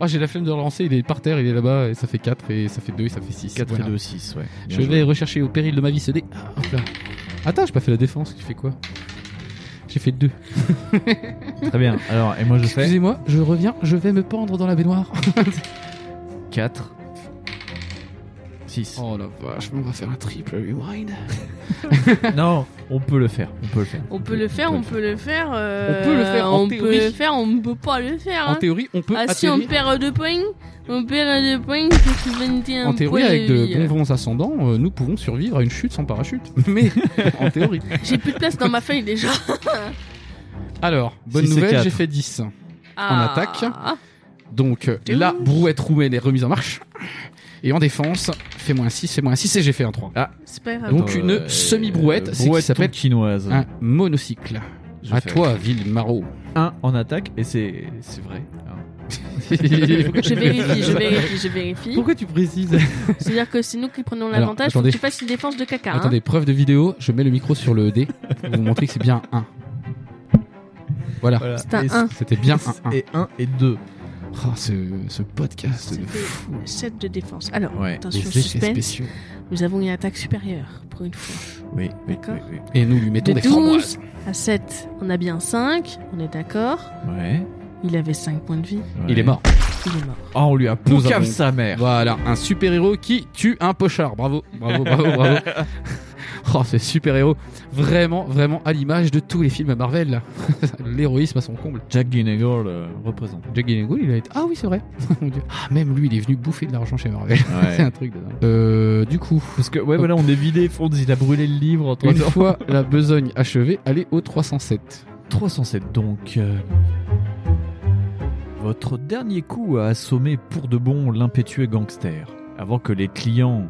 Speaker 3: oh, j'ai la flemme de le relancer, il est par terre, il est là-bas, et ça fait 4, et ça fait 2, et ça fait 6.
Speaker 6: 4 et 2, 6, ouais. Bien
Speaker 3: Je
Speaker 6: joué.
Speaker 3: vais rechercher au péril de ma vie ce dé. Ah, hop là. Attends, j'ai pas fait la défense, tu fais quoi J'ai fait 2.
Speaker 6: Très bien. Alors, et moi, je fais
Speaker 3: Excusez-moi, je reviens, je vais me pendre dans la baignoire.
Speaker 6: 4. 6.
Speaker 3: [laughs] oh la vache, on va faire un triple rewind.
Speaker 6: [laughs] Non, on peut le faire. On peut le faire.
Speaker 2: On peut le faire, on peut le faire. euh,
Speaker 3: On peut le faire, en
Speaker 2: on
Speaker 3: théorie.
Speaker 2: peut le faire, on ne peut pas le faire.
Speaker 3: En
Speaker 2: hein.
Speaker 3: théorie, on peut
Speaker 2: Ah si, on
Speaker 3: atterrir-
Speaker 2: perd 2 points. On perd 2 points, il faut se 21
Speaker 3: En théorie,
Speaker 2: points
Speaker 3: avec
Speaker 2: de
Speaker 3: de
Speaker 2: vie.
Speaker 3: bons vents ascendants, euh, nous pouvons survivre à une chute sans parachute. [laughs] Mais en théorie.
Speaker 2: J'ai plus de place dans ma feuille
Speaker 3: [laughs]
Speaker 2: déjà.
Speaker 3: Alors, bonne
Speaker 6: Si c'est
Speaker 3: nouvelle,
Speaker 6: quatre.
Speaker 3: j'ai fait 10.
Speaker 2: Ah.
Speaker 3: attaque. Donc euh, la brouette roumaine est remise en marche. Et en défense, fais moins 6, fais moins 6 et j'ai fait un Ah, 3.
Speaker 2: C'est pas grave.
Speaker 3: Donc une semi-brouette, c'est qui
Speaker 6: euh, brouette
Speaker 3: s'appelle
Speaker 6: chinoise.
Speaker 3: Un monocycle.
Speaker 6: Je
Speaker 3: À
Speaker 6: fais
Speaker 3: toi, ville Maro.
Speaker 6: Un en attaque et c'est c'est vrai. hein.
Speaker 2: [laughs] Je vérifie, hein. je vérifie, je vérifie.
Speaker 3: tu précises
Speaker 2: C'est-à-dire que c'est nous qui prenons
Speaker 3: Alors,
Speaker 2: l'avantage, faut que
Speaker 3: attendez.
Speaker 2: tu fasses une défense de caca. hein.
Speaker 3: Attendez, preuve de vidéo, je mets le micro sur le dé pour vous montrer que c'est bien un 1. Voilà,
Speaker 6: Voilà.
Speaker 2: C'est un
Speaker 6: Et
Speaker 2: un.
Speaker 3: c'était bien un 1.
Speaker 6: Et 1 et 2.
Speaker 3: Oh, ce, ce podcast de
Speaker 2: C'était
Speaker 3: fou.
Speaker 2: 7 de défense. Alors,
Speaker 6: Ouais.
Speaker 3: Les
Speaker 2: attention,
Speaker 3: effets
Speaker 2: suspense.
Speaker 3: spéciaux.
Speaker 2: Nous avons une attaque supérieure, pour une fois.
Speaker 6: Oui, oui,
Speaker 2: D'accord.
Speaker 6: oui,
Speaker 3: Et nous lui mettons
Speaker 2: De
Speaker 3: des
Speaker 2: 12.
Speaker 3: framboises.
Speaker 2: À 7, on a bien 5, on est d'accord.
Speaker 6: oui. Ouais.
Speaker 2: Il avait 5 points de vie,
Speaker 3: Il est mort.
Speaker 2: il est mort.
Speaker 6: Oh, on lui a
Speaker 3: Nous
Speaker 6: poucave
Speaker 3: avons-
Speaker 6: sa mère.
Speaker 3: Voilà, un super-héros qui tue un pochard. Bravo, bravo, bravo, bravo. Oh, ces super-héros. Vraiment, vraiment à l'image de tous les films Marvel. [laughs] là. L'héroïsme à son comble.
Speaker 6: Jack Gyllenhaal euh, représente.
Speaker 3: Jack Gyllenhaal, il a été... Ah oui, c'est vrai. [laughs] Mon Dieu. Ah, même lui, il est venu bouffer de l'argent chez Marvel. [laughs] c'est un truc de dingue. Euh, du coup,
Speaker 6: [laughs] Parce que, ouais, voilà, on est vidé. Fonds, il a brûlé le livre en
Speaker 3: une fois la besogne achevée, allez au 307.
Speaker 6: 307 donc. euh, Votre dernier coup a assommé pour de bon l'impétueux gangster, avant que les clients,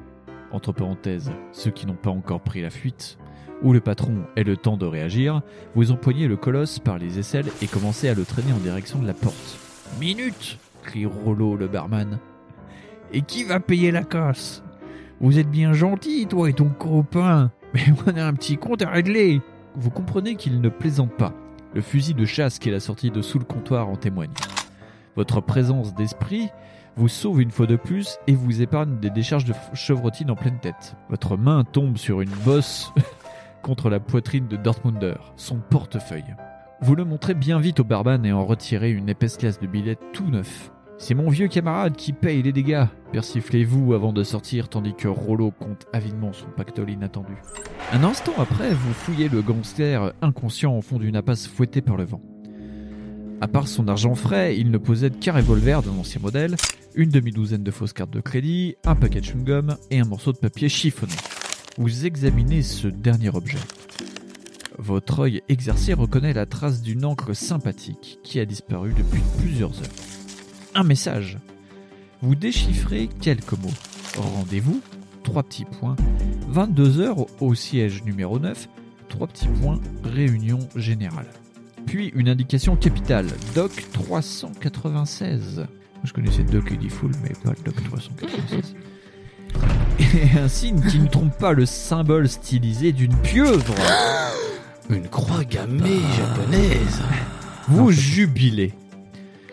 Speaker 6: entre parenthèses, ceux qui n'ont pas encore pris la fuite, ou le patron ait le temps de réagir, vous empoignez le colosse par les aisselles et commencez à le traîner en direction de la porte. Minute crie Rollo le barman. Et qui va payer la casse Vous êtes bien gentil, toi et ton copain, mais on a un petit compte à régler vous comprenez qu'il ne plaisante pas. Le fusil de chasse qu'il a sorti de sous le comptoir en témoigne. Votre présence d'esprit vous sauve une fois de plus et vous épargne des décharges de f- chevrotine en pleine tête. Votre main tombe sur une bosse [laughs] contre la poitrine de Dortmunder, son portefeuille. Vous le montrez bien vite au barman et en retirez une épaisse liasse de billets tout neuf. C'est mon vieux camarade qui paye les dégâts. Persiflez-vous avant de sortir tandis que Rollo compte avidement son pactole inattendu. Un instant après, vous fouillez le gangster inconscient au fond d'une apace fouettée par le vent. À part son argent frais, il ne possède qu'un revolver d'un ancien modèle, une demi-douzaine de fausses cartes de crédit, un paquet de chewing-gum et un morceau de papier chiffonné. Vous examinez ce dernier objet. Votre œil exercé reconnaît la trace d'une encre sympathique qui a disparu depuis plusieurs heures. Un message. Vous déchiffrez quelques mots. Rendez-vous, trois petits points, 22h au siège numéro 9, trois petits points, réunion générale. Puis une indication capitale, doc 396. Moi, Je connaissais doc Edifool, mais pas doc 396. Et un signe qui ne trompe pas le symbole stylisé d'une pieuvre.
Speaker 8: [gasps]
Speaker 6: Ah.
Speaker 8: Une croix gammée japonaise.
Speaker 6: Vous jubilez.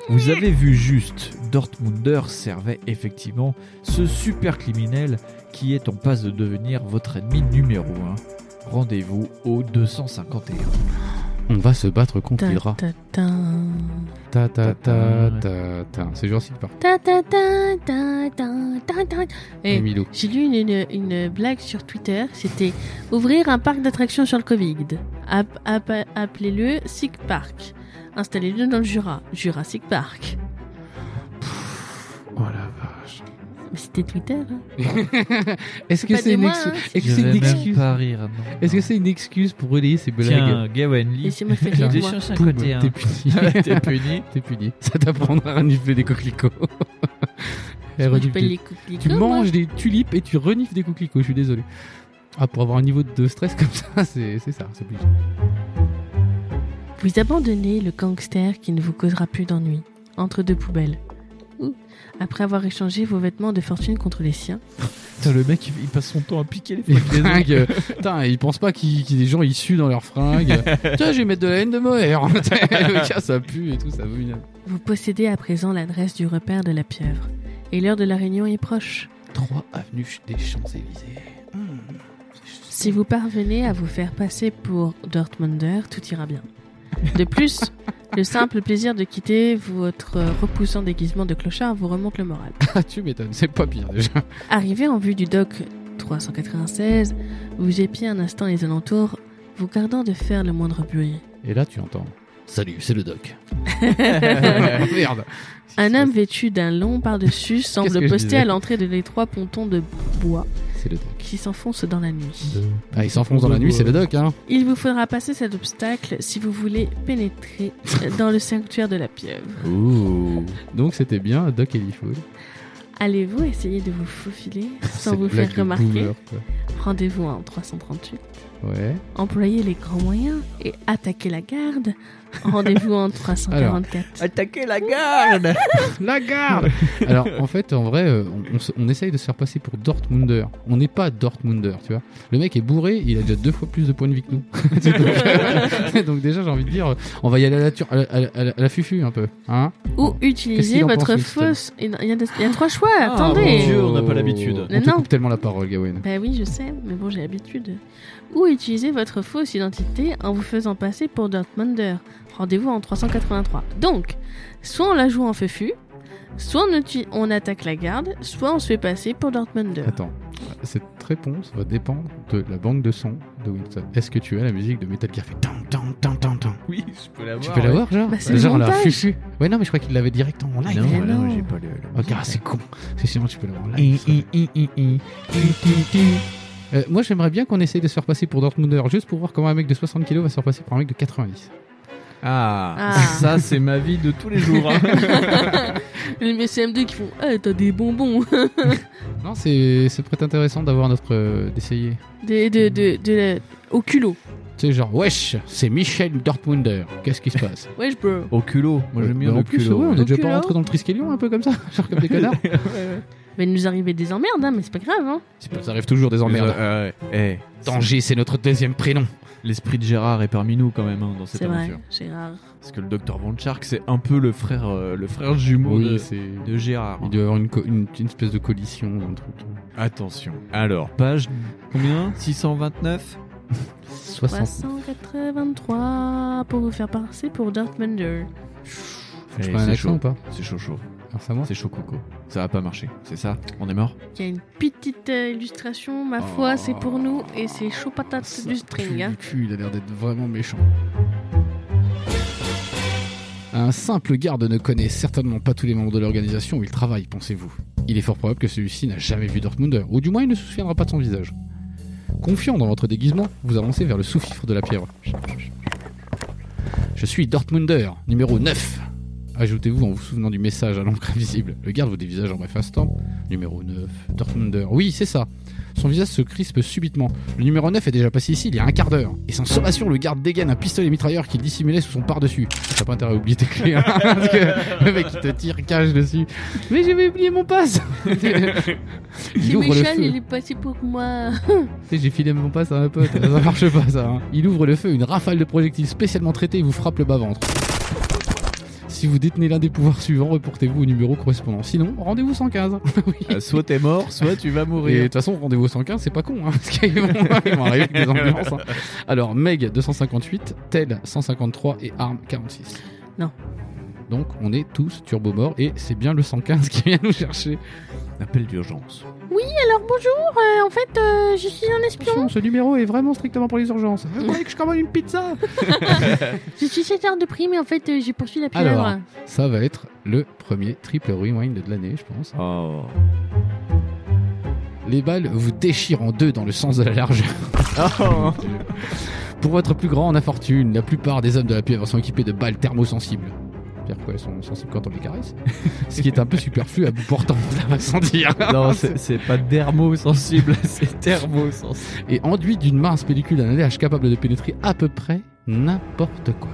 Speaker 6: Vous avez vu juste, Dortmunder servait effectivement ce super criminel qui est en passe de devenir votre ennemi numéro 1. Rendez-vous au 251.
Speaker 3: On va se battre contre
Speaker 2: Tin,
Speaker 3: l'Hydra.
Speaker 2: tin, tin.
Speaker 3: Ta ta ta ta ta. C'est gentil par
Speaker 2: Tin, tin, tin, tin, tin, tin, tin. Eh,
Speaker 3: Milou.
Speaker 9: J'ai lu une, une- une blague sur Twitter, c'était ouvrir un parc d'attractions sur le Covid. App- app- Appelez-le Sick Park. Installez-le dans le Jura, Jurassic Park.
Speaker 3: Oh la vache.
Speaker 9: Mais c'était Twitter. hein.
Speaker 3: Est-ce que
Speaker 2: Pas
Speaker 3: c'est
Speaker 2: des
Speaker 3: une,
Speaker 2: mois,
Speaker 3: ex-
Speaker 2: hein.
Speaker 3: est-ce que c'est une excuse
Speaker 6: pas rire, non.
Speaker 3: Est-ce que c'est une excuse pour relayer ces blagues
Speaker 6: Tiens, Gawen Lee,
Speaker 9: Laissez-moi faire
Speaker 6: t'es
Speaker 9: rire, moi.
Speaker 6: sur
Speaker 3: Poum,
Speaker 6: 51.
Speaker 3: T'es puni.
Speaker 6: hein. [laughs] T'es puni.
Speaker 3: T'es puni. Ça t'apprendra à renifler des coquelicots.
Speaker 9: Moi,
Speaker 3: Eh,
Speaker 9: je
Speaker 3: renifle
Speaker 9: peux
Speaker 3: des-
Speaker 9: les coquelicots,
Speaker 3: Tu
Speaker 9: moi.
Speaker 3: manges des tulipes et tu renifles des coquelicots, je suis désolé. Ah, pour avoir un niveau de stress comme ça, [laughs] c'est c'est ça, c'est obligé.
Speaker 2: Vous abandonnez le gangster qui ne vous causera plus d'ennui, entre deux poubelles. Ouh. Après avoir échangé vos vêtements de fortune contre les siens,
Speaker 6: Putain, le mec, il il passe son temps à piquer les
Speaker 3: Les
Speaker 6: fringues. [laughs] des autres.
Speaker 3: fringues, putain, ils pensent pas qu'il qu'il y a des gens issus dans leurs fringues. Tiens, je vais mettre de la haine de Moher. [laughs] le gars, ça pue et tout, ça abominable.
Speaker 2: vous possédez à présent l'adresse du repère de la pieuvre. Et l'heure de la réunion est proche.
Speaker 8: 3 avenue des Champs-Élysées.
Speaker 2: Si vous parvenez à vous faire passer pour Dortmunder, tout ira bien. De plus, le simple plaisir de quitter votre repoussant déguisement de clochard vous remonte le moral.
Speaker 3: Ah, tu m'étonnes, c'est pas pire déjà.
Speaker 2: Arrivé en vue du dock 396, vous épiez un instant les alentours, vous gardant de faire le moindre bruit.
Speaker 3: Et là, tu entends.
Speaker 8: Salut, c'est le doc.
Speaker 3: [laughs] Merde.
Speaker 2: Un homme vêtu d'un long par-dessus
Speaker 3: Qu'est-ce que
Speaker 2: semble
Speaker 3: je
Speaker 2: poster
Speaker 3: disais
Speaker 2: à l'entrée de l'étroit ponton de bois
Speaker 3: C'est le doc.
Speaker 2: qui s'enfonce dans la nuit.
Speaker 3: Ah, il s'enfonce dans la nuit, c'est le doc, hein.
Speaker 2: Il vous faudra passer cet obstacle si vous voulez pénétrer dans le sanctuaire de la pieuvre.
Speaker 3: Donc, c'était bien, doc et Lifoul.
Speaker 2: Allez-vous essayer de vous faufiler
Speaker 3: [laughs] C'est
Speaker 2: sans vous
Speaker 3: une blague
Speaker 2: faire
Speaker 3: de
Speaker 2: remarquer
Speaker 3: boomer, quoi.
Speaker 2: Rendez-vous en 338.
Speaker 3: Ouais.
Speaker 2: Employez les grands moyens et attaquez la garde. Rendez-vous
Speaker 3: [laughs]
Speaker 2: en 344.
Speaker 6: Attaquez la garde
Speaker 3: La garde [laughs] Alors, en fait, en vrai, euh, on, on se- on essaye de se faire passer pour Dortmunder. On n'est pas Dortmunder, tu vois. Le mec est bourré, il a déjà deux fois plus de points de vie que nous. [laughs] donc, donc déjà, j'ai envie de dire, euh, on va y aller à la, tur- à la, à la- à la- à la fufu un peu. Hein
Speaker 2: Ou
Speaker 3: Qu'est-ce qu'il
Speaker 2: utilisez
Speaker 3: en
Speaker 2: votre
Speaker 3: pense, Winston
Speaker 2: fausse. Il y, a des- il y a trois choix,
Speaker 6: Ah,
Speaker 2: attendez
Speaker 6: mon Dieu, on n'a pas l'habitude.
Speaker 3: On
Speaker 2: Mais
Speaker 3: te
Speaker 2: non.
Speaker 3: coupe tellement la parole, Gawain.
Speaker 2: Bah oui, je sais, mais bon, j'ai l'habitude. Ou utilisez votre fausse identité en vous faisant passer pour Dortmunder. Rendez-vous en 383. Donc, soit on la joue en fufu, soit on, uti- on attaque la garde, soit on se fait passer pour Dortmunder.
Speaker 3: Attends, c'est Cette réponse va dépendre de la banque de son de Winston. Est-ce que tu as la musique de Metal Gear fait tan tan tan tan tan
Speaker 6: Oui, je peux l'avoir.
Speaker 3: Tu peux l'avoir, genre
Speaker 2: Bah, c'est le
Speaker 3: Genre la
Speaker 2: montage.
Speaker 3: fufu. Ouais, non, mais je crois qu'il l'avait direct en live.
Speaker 6: Ah,
Speaker 2: Mais non.
Speaker 6: pas le. le-
Speaker 3: Ok, ah, c'est con. C'est sinon tu peux l'avoir en live. ça. Euh, moi, j'aimerais bien qu'on essaye de se faire passer pour Dortmunder, juste pour voir comment un mec de 60 kg va se faire passer pour un mec de 90.
Speaker 6: Ah,
Speaker 2: Ah.
Speaker 6: ça c'est ma vie de tous les jours. [laughs] hein.
Speaker 2: Les mes CM2 qui font Ah, t'as des bonbons [laughs]
Speaker 3: Non, c'est c'est peut-être intéressant d'avoir notre. euh, d'essayer.
Speaker 2: des, de, de, de la- Au culot.
Speaker 3: Tu sais, genre, wesh, c'est Michel Dortmunder. Qu'est-ce qui se passe
Speaker 2: Wesh, bro.
Speaker 6: Au culot. Moi j'aime bien
Speaker 3: Bah,
Speaker 6: le
Speaker 3: en plus,
Speaker 6: culot.
Speaker 3: ouais, on
Speaker 6: ouais.
Speaker 3: est déjà
Speaker 2: Au
Speaker 3: pas
Speaker 2: culot.
Speaker 3: rentré dans le triskelion un peu comme ça, [laughs] genre comme des connards.
Speaker 2: Va nous arriver des emmerdes, hein, mais c'est pas grave. Hein.
Speaker 3: Ça arrive toujours des
Speaker 6: Mais,
Speaker 3: emmerdes.
Speaker 6: euh, ouais, ouais. Eh,
Speaker 3: Danger, c'est notre deuxième prénom.
Speaker 6: L'esprit de Gérard est parmi nous quand même hein, dans cette
Speaker 2: C'est vrai,
Speaker 6: aventure.
Speaker 2: Gérard.
Speaker 6: Parce que le docteur Von Shark c'est un peu le frère, euh, le frère jumeau de,
Speaker 3: c'est.
Speaker 6: de Gérard.
Speaker 3: Il doit y avoir une, co- une, une espèce de collision dans le truc.
Speaker 6: Attention. Alors, page combien 629
Speaker 3: 60.
Speaker 2: 383 pour vous faire passer pour Dortmunder.
Speaker 3: Je
Speaker 6: Eh,
Speaker 3: prends un
Speaker 6: c'est
Speaker 3: accent ou
Speaker 6: chaud.
Speaker 3: pas
Speaker 6: C'est chaud chaud.
Speaker 3: Alors, ça, moi
Speaker 6: C'est chaud coco. Ça va pas marcher. C'est ça On est mort
Speaker 2: Il y a une petite euh, illustration, ma foi, c'est pour nous et c'est chaud patate
Speaker 3: Ça
Speaker 2: du
Speaker 3: pue
Speaker 2: string.
Speaker 3: le
Speaker 2: hein.
Speaker 3: cul, il a l'air d'être vraiment méchant. Un simple garde ne connaît certainement pas tous les membres de l'organisation où il travaille, pensez-vous. Il est fort probable que celui-ci n'a jamais vu Dortmunder, ou du moins il ne se souviendra pas de son visage. Confiant dans votre déguisement, vous avancez vers le sous-fifre de la pierre. Je suis Dortmunder, numéro 9. Ajoutez-vous en vous souvenant du message à l'encre invisible. Le garde vous dévisage en bref instant. Numéro 9, Dortmunder. Oui, c'est ça. Son visage se crispe subitement. Le numéro 9 est déjà passé ici il y a un quart d'heure. Et sans sommation, le garde dégaine un pistolet mitrailleur qu'il dissimulait sous son par-dessus. T'as pas intérêt à oublier tes clés, hein, [laughs] parce que le mec il te tire, cache dessus. Mais j'avais oublié
Speaker 2: [laughs]
Speaker 3: mon passe
Speaker 2: C'est
Speaker 3: Il ouvre le
Speaker 2: méchant,
Speaker 3: feu.
Speaker 2: il est passé pour moi. [laughs]
Speaker 3: Tu sais, J'ai filé mon passe à un pote, ça marche pas ça. hein. Il ouvre le feu, une rafale de projectiles spécialement traités et vous frappe le bas-ventre. Si vous détenez l'un des pouvoirs suivants, reportez-vous au numéro correspondant. Sinon, rendez-vous 115. Oui.
Speaker 6: Euh, Soit t'es mort, soit tu vas
Speaker 3: Et de
Speaker 6: mourir.
Speaker 3: toute façon, rendez-vous au 115, c'est pas con, hein, [laughs] parce qu'ils vont, ils vont arriver avec des ambulances. hein. Alors, Meg 258, Tel 153 et Arm 46.
Speaker 2: Non.
Speaker 3: Donc, on est tous turbo morts et c'est bien le 115 qui vient nous chercher.
Speaker 6: Appel d'urgence.
Speaker 2: Alors bonjour, euh, en fait, euh, je suis un espion.
Speaker 3: Attention, ce numéro est vraiment strictement pour les urgences. Vous croyez que je commande une pizza
Speaker 2: Je suis 7 heures de prix, mais en fait, euh, j'ai poursuivi la
Speaker 3: Alors.
Speaker 2: pieuvre.
Speaker 3: Ça va être le premier triple rewind de l'année, je pense.
Speaker 6: Oh.
Speaker 3: Les balles vous déchirent en deux dans le sens de la largeur.
Speaker 6: Oh.
Speaker 3: Pour votre plus grande infortune, la plupart des hommes de la pieuvre sont équipés de balles thermosensibles. C'est-à-dire qu'elles sont sensibles quand on les caresse. [laughs] Ce qui est un peu superflu à bout portant, ça va sans dire.
Speaker 6: [laughs] [laughs] Non, c'est c'est pas dermo-sensible, [laughs] c'est thermo-sensible.
Speaker 3: [laughs] Et enduit d'une mince pellicule d'un alliage capable de pénétrer à peu près n'importe quoi.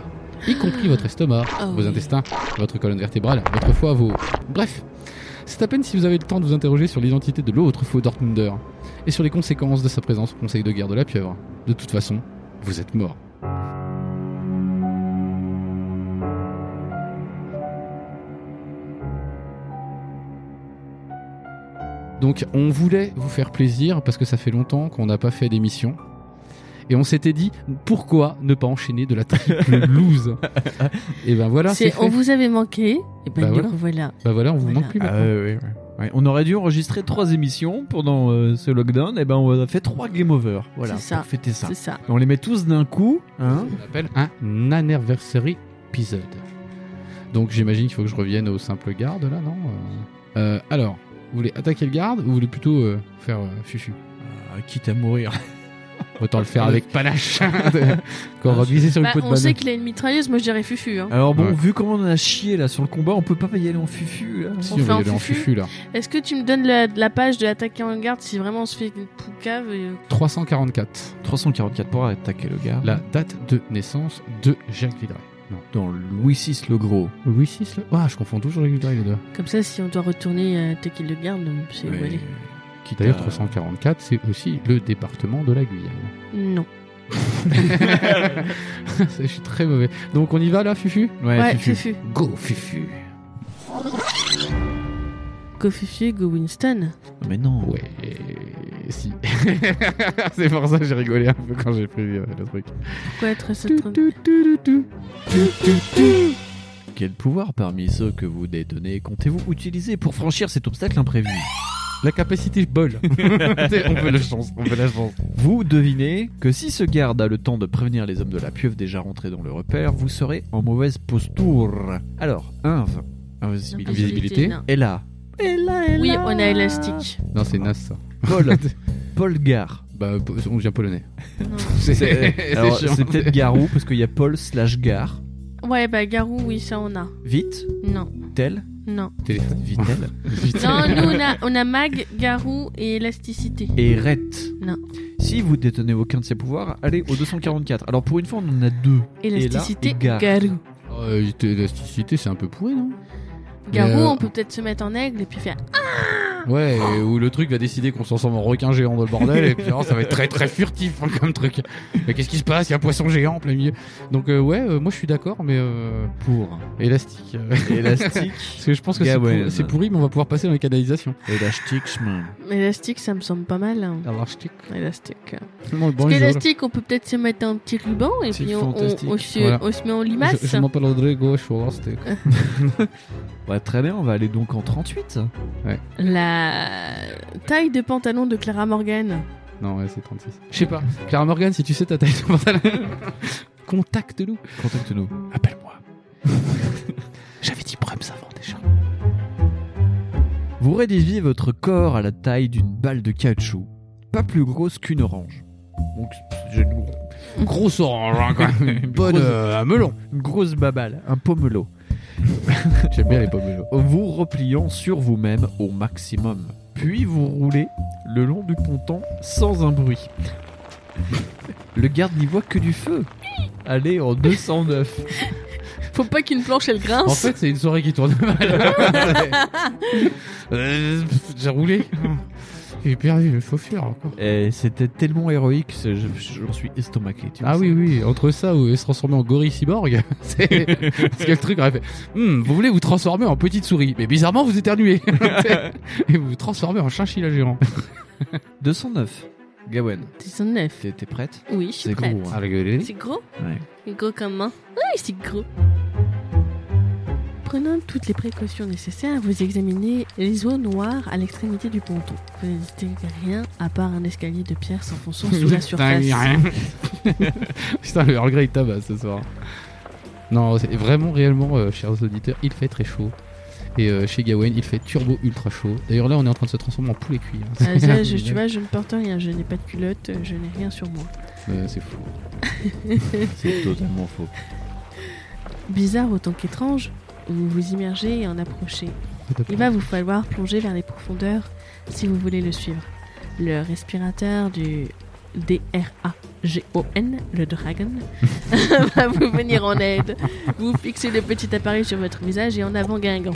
Speaker 3: Y compris votre estomac,
Speaker 2: Ah
Speaker 3: vos
Speaker 2: oui.
Speaker 3: intestins, votre colonne vertébrale, votre foie, vos... Bref, c'est à peine si vous avez le temps de vous interroger sur l'identité de l'autre faux Dortmunder et sur les conséquences de sa présence au conseil de guerre de la pieuvre. De toute façon, vous êtes mort. Donc on voulait vous faire plaisir parce que ça fait longtemps qu'on n'a pas fait d'émission. Et on s'était dit pourquoi ne pas enchaîner de la triple loose Et ben voilà, c'est
Speaker 2: C'est,
Speaker 3: fait.
Speaker 2: on vous avait manqué, et ben
Speaker 3: Bah
Speaker 2: du
Speaker 3: voilà.
Speaker 2: coup, voilà.
Speaker 3: Ben voilà, on vous
Speaker 2: Voilà.
Speaker 3: manque plus
Speaker 6: Ah,
Speaker 3: maintenant.
Speaker 6: ouais, ouais, ouais. Ouais, on aurait dû enregistrer trois émissions pendant euh, ce lockdown, et ben on a fait trois game over. Voilà,
Speaker 2: C'est ça.
Speaker 6: pour fêter ça.
Speaker 2: C'est ça.
Speaker 6: On les met tous d'un coup, hein
Speaker 3: On appelle un anniversary episode. Donc j'imagine qu'il faut que je revienne au simple garde là, non Euh, euh, Alors, vous voulez attaquer le garde ou vous voulez plutôt euh, faire euh, fufu
Speaker 6: Ah, quitte à mourir.
Speaker 3: Autant le faire avec [laughs] panache. Quand Euh, on va glisser sur
Speaker 2: Bah,
Speaker 3: une peau de
Speaker 2: on sait
Speaker 3: banane.
Speaker 2: qu'il a une mitrailleuse, moi je dirais fufu. hein.
Speaker 6: Alors bon,
Speaker 3: Ouais.
Speaker 6: vu comment on a chié là sur le combat, on peut pas y aller en fufu là.
Speaker 3: Si,
Speaker 2: on
Speaker 3: on
Speaker 2: fait
Speaker 3: va y
Speaker 2: un
Speaker 3: aller en
Speaker 2: fufu.
Speaker 3: fufu là.
Speaker 2: Est-ce que tu me donnes la, la page de l'attaquer en garde si vraiment on se fait une poucave euh, et...
Speaker 3: 344,
Speaker 6: 344 pour attaquer le gars.
Speaker 3: la date de naissance de Jacques Villeray. Non.
Speaker 6: dans Louis VI le Gros.
Speaker 3: Louis VI là Ah, je confonds toujours Jacques Villeray les deux.
Speaker 2: Comme ça, si on doit retourner euh, attaquer le garde, c'est
Speaker 6: Mais-
Speaker 2: où aller.
Speaker 6: quitte
Speaker 3: D'ailleurs,
Speaker 6: à-
Speaker 3: 344, c'est aussi le département de la Guyane. [laughs]
Speaker 2: Non.
Speaker 3: je suis très mauvais. Donc on y va là, fufu
Speaker 6: Ouais,
Speaker 2: Ouais,
Speaker 6: fufu.
Speaker 2: fufu.
Speaker 3: Go, fufu
Speaker 2: Go fufu, go Winston.
Speaker 6: Non, Ah, Mais non.
Speaker 3: Ouais, si. [laughs] c'est pour ça que j'ai rigolé un peu quand j'ai pris euh, le truc.
Speaker 2: Pourquoi être cette...
Speaker 3: [laughs]
Speaker 6: Quel pouvoir parmi ceux que vous détenez comptez-vous utiliser pour franchir cet obstacle imprévu
Speaker 3: La capacité bol.
Speaker 10: on veut la chance, on veut la chance.
Speaker 6: [laughs] Vous devinez que si ce garde a le temps de prévenir les hommes de la pieuvre déjà rentrés dans le repère, vous serez en mauvaise posture. Alors, inv, invisibilité.
Speaker 3: Invisibilité.
Speaker 2: non.
Speaker 6: Et là,
Speaker 2: Oui, on a élastique.
Speaker 3: Non, c'est naze ça.
Speaker 6: [laughs] Paul, Paul Gare.
Speaker 3: Bah, po- on vient polonais.
Speaker 2: Non.
Speaker 6: [laughs]
Speaker 3: [laughs]
Speaker 6: C'est [laughs] alors,
Speaker 3: chiant.
Speaker 6: c'est peut-être Garou, parce qu'il y a Paul slash Gare.
Speaker 2: Ouais, bah Garou, oui, ça on a.
Speaker 6: Vite,
Speaker 2: Non,
Speaker 6: tel,
Speaker 2: non.
Speaker 3: Téléphone. [laughs]
Speaker 6: vitel.
Speaker 2: Non, nous on a, on a Mag, Garou et élasticité.
Speaker 6: et Rhett.
Speaker 2: Non.
Speaker 6: Si vous détenez aucun de ces pouvoirs, allez au 244. Alors pour une fois, on en a deux.
Speaker 2: Élasticité,
Speaker 6: et Gare.
Speaker 2: Garou.
Speaker 3: Euh, L'élasticité, c'est un peu pourri, non
Speaker 2: Garou,
Speaker 3: Mais, euh,
Speaker 2: on peut peut-être se mettre en aigle et puis faire.
Speaker 3: Ouais, et où le truc va décider qu'on se transforme en requin géant dans le bordel, et puis alors, ça va être très très furtif hein, comme truc. Mais qu'est-ce qui se passe Il y a un poisson géant en plein milieu. Donc, euh, ouais, euh, moi je suis d'accord, mais euh, [laughs]
Speaker 6: Pour
Speaker 3: élastique. euh,
Speaker 6: élastique
Speaker 3: Parce que je pense que c'est
Speaker 6: Gawen.
Speaker 3: pour- c'est pourri, mais on va pouvoir passer dans les [laughs] canalisations.
Speaker 6: élastique chemin.
Speaker 2: Élastique, ça me semble pas mal. hein.
Speaker 3: Élastique.
Speaker 2: Élastique. Parce qu'élastique, on peut peut-être se mettre un petit ruban et
Speaker 6: C'est
Speaker 2: puis on, on-
Speaker 6: fantastique.
Speaker 2: on se,
Speaker 3: Voilà.
Speaker 2: on se met en limace.
Speaker 3: Je, je m'appelle André Gauche, je suis élastique.
Speaker 6: Ouais, très bien, on va aller donc en 38.
Speaker 2: La taille de pantalon de Clara Morgan.
Speaker 3: Non, ouais, c'est 36. Je sais pas. Clara Morgan, si tu sais ta taille de pantalon, [laughs] contacte-nous.
Speaker 6: Contacte-nous.
Speaker 3: Appelle-moi. [laughs] J'avais dit Brums avant déjà.
Speaker 6: Vous réduisez votre corps à la taille d'une balle de caoutchouc, pas plus grosse qu'une orange. Donc, j'ai une,
Speaker 3: Grosse orange, hein, quand [laughs] même. Une Bonne.
Speaker 6: Grosse-
Speaker 3: euh, un melon.
Speaker 6: une grosse babale, un pomelo,
Speaker 3: J'aime bien les pommes melons.
Speaker 6: en vous repliant sur vous-même au maximum. Puis vous roulez le long du ponton sans un bruit. Le garde n'y voit que du feu. Allez, en 209.
Speaker 2: Faut pas qu'une planche elle
Speaker 3: En
Speaker 2: grince.
Speaker 3: fait, c'est une soirée qui tourne [laughs] mal. Euh, pff, J'ai roulé. J'ai perdu le chauffeur encore.
Speaker 6: Et Eh, c'était tellement héroïque, c'est- je- j'en suis estomaqué. tu
Speaker 3: Ah
Speaker 6: vois,
Speaker 3: oui,
Speaker 6: ça.
Speaker 3: oui, entre ça ou se transformer en gorille cyborg, [laughs] c'est parce que le truc aurait fait Hmm, Vous voulez vous transformer en petite souris, mais bizarrement vous éternuez [laughs] et vous vous transformez en chinchilla géant.
Speaker 6: 209. Gawen,
Speaker 2: 19.
Speaker 6: t'es t'es prête
Speaker 2: Oui, je suis
Speaker 6: C'est
Speaker 2: prête.
Speaker 6: gros. hein.
Speaker 2: C'est gros
Speaker 6: Ouais.
Speaker 2: C'est gros comme main. Oui, c'est gros. Prenant toutes les précautions nécessaires, vous examinez les zones noires à l'extrémité du ponton. Vous n'hésitez rien à part un escalier de pierre s'enfonçant sous la
Speaker 3: [laughs] Putain,
Speaker 2: surface.
Speaker 3: il y a rien. Putain, le Earl Grey il tabasse ce soir. Non, c'est vraiment réellement, euh, chers auditeurs, il fait très chaud. Et euh, chez Gawain, il fait turbo ultra chaud. D'ailleurs, là, on est en train de se transformer en poulet cuit. hein.
Speaker 2: Ah, ça, je,
Speaker 3: [laughs]
Speaker 2: tu vois, je ne porte rien, je n'ai pas de culotte, je n'ai rien sur moi.
Speaker 3: Euh, c'est fou.
Speaker 6: C'est totalement faux.
Speaker 2: Bizarre autant qu'étrange, vous vous immergez et en approchez. Il va vous falloir plonger vers les profondeurs si vous voulez le suivre. Le respirateur du D-R-A-G-O-N, le
Speaker 3: [laughs]
Speaker 2: dragon, va vous venir en aide. Vous fixez le petit appareil sur votre visage et en avant
Speaker 3: [laughs]
Speaker 2: guingant.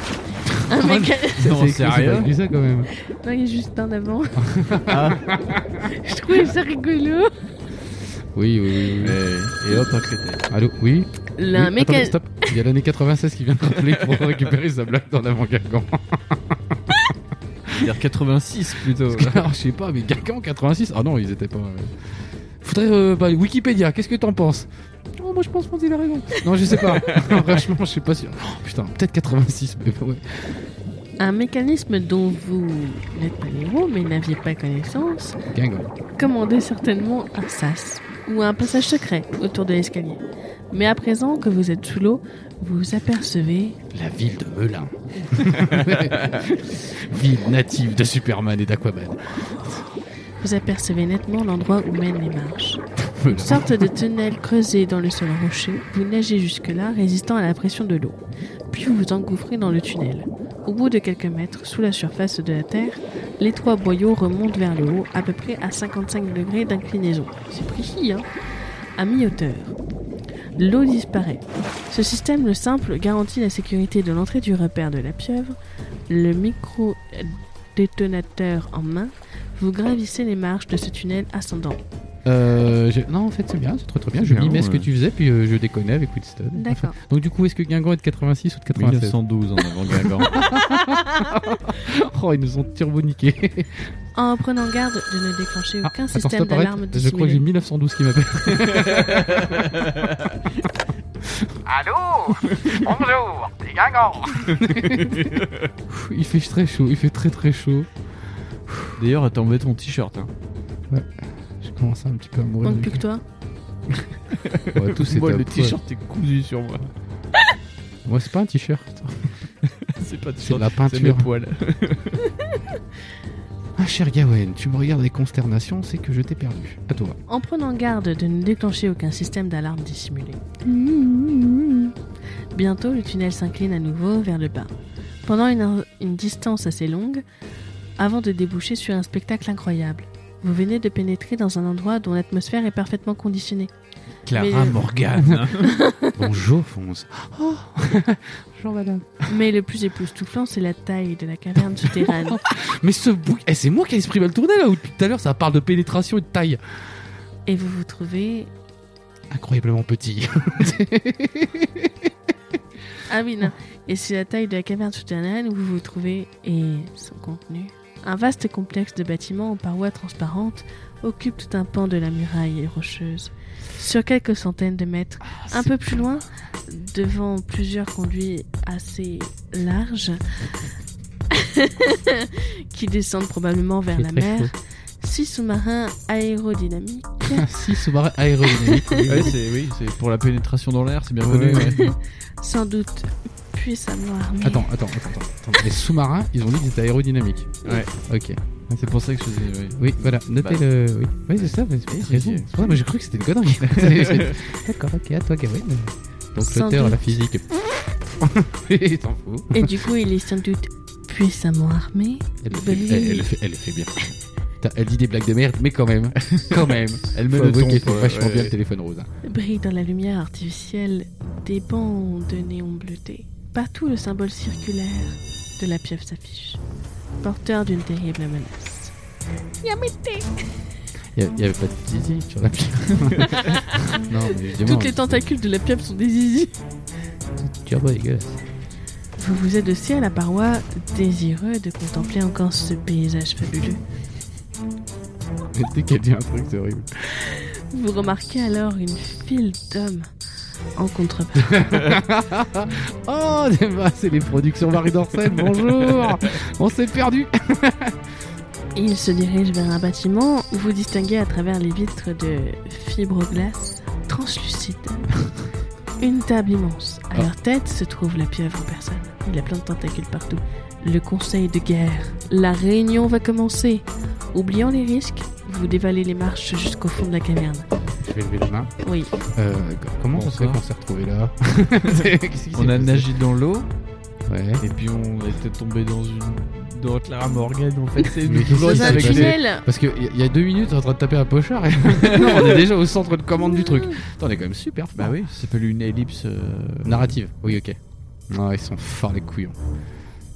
Speaker 2: Un méca-
Speaker 6: Non,
Speaker 3: écrit,
Speaker 6: sérieux
Speaker 3: pas écrit, ça quand même.
Speaker 2: Non, il est juste en avant.
Speaker 3: Ah.
Speaker 2: [laughs] Je trouvais ça rigolo.
Speaker 3: Oui, oui, oui. oui.
Speaker 6: Eh, Et, et hop, un critère.
Speaker 3: Allô, oui
Speaker 2: La
Speaker 3: Oui,
Speaker 2: méca-
Speaker 3: attendez, stop. Il y a l'année 96 qui vient de rappeler [laughs] pour récupérer sa blague dans l'avant Gargan.
Speaker 6: dire 86 plutôt.
Speaker 3: Alors, je sais pas, mais Gargan 86 Ah non, ils étaient pas. euh. Faudrait. euh, bah, Wikipédia, qu'est-ce que t'en penses Oh, moi je pense qu'on dit la raison. Non, je sais pas. [laughs] Franchement, je suis pas sûr. Oh, putain, peut-être 86, mais ouais.
Speaker 2: Un mécanisme dont vous n'êtes pas les héros mais n'aviez pas connaissance
Speaker 3: Guingamp.
Speaker 2: commandait certainement un sas ou un passage secret autour de l'escalier. Mais à présent que vous êtes sous l'eau, vous apercevez
Speaker 3: La ville de [laughs] Melun. ville native de Superman et [laughs] d'Aquaman.
Speaker 2: vous apercevez nettement l'endroit où mènent les marches.
Speaker 3: Melun.
Speaker 2: Une sorte de tunnel creusé dans le sol rocheux, vous nagez jusque-là, résistant à la pression de l'eau. Puis vous vous engouffrez dans le tunnel. Au bout de quelques mètres, sous la surface de la Terre, l'étroit boyau remonte vers le haut, à peu près à 55 degrés d'inclinaison. C'est précis, hein À mi-hauteur. L'eau disparaît. Ce système, le simple, garantit la sécurité de l'entrée du repère de la pieuvre. Le micro-détonateur en main, vous gravissez les marches de ce tunnel ascendant.
Speaker 3: Euh, je- Non, en fait, c'est bien, c'est très très bien. Je
Speaker 6: Bien,
Speaker 3: mimais ce que
Speaker 6: ouais.
Speaker 3: tu faisais, puis euh, je déconnais avec Winston.
Speaker 2: D'accord.
Speaker 3: Donc, du coup, est-ce que Guingamp est de 86 ou de 96
Speaker 6: 1912 en avant Guingamp.
Speaker 3: Oh, ils nous ont
Speaker 2: [laughs]
Speaker 3: turboniqué.
Speaker 2: en prenant garde de ne déclencher
Speaker 3: Ah,
Speaker 2: aucun
Speaker 3: attends,
Speaker 2: système
Speaker 3: stop, arrête.
Speaker 2: d'alarme
Speaker 3: Je crois
Speaker 2: dissimulé.
Speaker 3: que j'ai 1912 qui [laughs] m'appelle.
Speaker 11: [laughs] Allô Bonjour, c'est Guingamp
Speaker 3: Il fait très chaud, il fait très très chaud.
Speaker 6: D'ailleurs, t'as enlevé ton t-shirt. [laughs] hein.
Speaker 3: Je commence un petit peu à mourir.
Speaker 2: Manque plus que toi.
Speaker 3: Ouais, tout, c'est
Speaker 12: Moi,
Speaker 3: top,
Speaker 12: le
Speaker 3: ouais.
Speaker 12: t-shirt est cousu sur
Speaker 6: [laughs]
Speaker 12: moi.
Speaker 3: Moi, c'est pas un t-shirt.
Speaker 12: C'est pas
Speaker 3: C'est de
Speaker 12: t-shirt,
Speaker 3: la
Speaker 12: c'est mes
Speaker 3: peinture.
Speaker 12: poils.
Speaker 3: Ah, cher Gawen, tu me regardes avec consternation, c'est que je t'ai perdu. À toi.
Speaker 2: En prenant garde de ne déclencher aucun système d'alarme dissimulé. Bientôt, le tunnel s'incline à nouveau vers le bas, pendant une, une distance assez longue, avant de déboucher sur un spectacle incroyable. Vous venez de pénétrer dans un endroit dont l'atmosphère est parfaitement conditionnée.
Speaker 6: Clara
Speaker 2: Mais- euh, [laughs]
Speaker 6: [laughs] Morgan.
Speaker 13: Bonjour, Fonce.
Speaker 3: Oh. [laughs]
Speaker 2: Mais le plus époustouflant, c'est la taille de la caverne souterraine.
Speaker 3: [laughs] Mais ce bouc. Eh, c'est moi qui ai l'esprit mal tourné là, où depuis tout à l'heure ça parle de pénétration et de taille.
Speaker 2: Et vous vous trouvez.
Speaker 3: Incroyablement petit.
Speaker 2: Ah oui, non. Et c'est la taille de la caverne souterraine où vous vous trouvez et son contenu. Un vaste complexe de bâtiments en parois transparentes occupe tout un pan de la muraille rocheuse. Sur quelques centaines de mètres, un peu plus loin, devant plusieurs conduits assez larges [laughs] qui descendent probablement vers
Speaker 3: Il
Speaker 2: la
Speaker 3: fait très
Speaker 2: mer, six sous-marins aérodynamiques
Speaker 3: [laughs] si, sous-marin aérodynamique.
Speaker 6: Ouais, c'est- oui, c'est pour la pénétration dans l'air, c'est bien connu.
Speaker 3: Ouais.
Speaker 6: ouais.
Speaker 2: sans doute puissamment armés.
Speaker 3: Attends, attends, attends, attends, attends. Les sous-marins, ils ont dit qu'ils étaient aérodynamiques.
Speaker 6: Ouais.
Speaker 3: Ok.
Speaker 6: C'est pour ça que je faisais. oui.
Speaker 3: Oui, voilà. Notez
Speaker 6: Bah.
Speaker 3: le. Oui, Oui, c'est ça, mais c'est
Speaker 6: Oui,
Speaker 3: pas raison.
Speaker 6: c'est-
Speaker 3: Ouais, mais j'ai cru que c'était une [laughs] connerie. C'est- D'accord, ok, à toi, Gawain. Donc,
Speaker 2: Sans
Speaker 3: l'auteur,
Speaker 2: doute.
Speaker 3: la [laughs] physique. Il s'en fout.
Speaker 2: Et du coup, il est sans doute puissamment armé.
Speaker 3: Elle, le fait,
Speaker 2: Bonne nuit.
Speaker 3: elle, elle le fait, elle le fait bien. Putain, Elle dit des blagues de merde, mais quand [laughs] même, quand même. Elle me le qu'elle fait vachement bien le téléphone rose. hein.
Speaker 2: brille dans la lumière artificielle des bancs de néon bleuté. Partout le symbole circulaire de la pieuvre s'affiche, porteur d'une terrible menace.
Speaker 3: Il y a- il y avait pas de zizi sur la pierre. non, mais évidemment.
Speaker 2: Toutes les tentacules de la pieuvre sont des zizi.
Speaker 3: turbo dégueulasse.
Speaker 2: Vous vous adossez à la paroi, désireux de contempler encore ce paysage fabuleux.
Speaker 3: Mais dès qu'elle dit un truc, c'est horrible.
Speaker 2: Vous remarquez alors une file d'hommes en contrepartie.
Speaker 3: [laughs] Oh, c'est les productions Marie Dorcel, [laughs] bonjour On s'est perdu
Speaker 2: Ils se dirigent vers un bâtiment où vous distinguez à travers les vitres de fibroglace translucide [laughs] une table immense. À leur tête se trouve la pieuvre en personne. Il a plein de tentacules partout. Le conseil de guerre. La réunion va commencer. Oubliant les risques, vous dévalez les marches jusqu'au fond de la caverne.
Speaker 3: Je vais lever la main.
Speaker 2: Oui,
Speaker 3: Euh, comment on sait
Speaker 6: Bonsoir.
Speaker 3: qu'on s'est retrouvé là [laughs] Qu'est-ce qui s'est
Speaker 6: On
Speaker 3: passé
Speaker 6: a nagé dans l'eau
Speaker 3: Ouais.
Speaker 6: et puis on était tombé dans une. dans Clara Morgan en fait. C'est
Speaker 3: Mais
Speaker 6: toujours
Speaker 3: qu'est-ce
Speaker 2: dans
Speaker 3: que
Speaker 2: un
Speaker 3: avec les-
Speaker 2: tunnel.
Speaker 3: Parce qu'il y a deux minutes, on est en train de taper un pochard et [laughs] non, on est déjà au centre de commande du truc. Attends, on est quand même super fort.
Speaker 6: Bah oui, ça s'appelle une ellipse. euh,
Speaker 3: Narrative, oui, ok. Non, ils sont forts les couillons.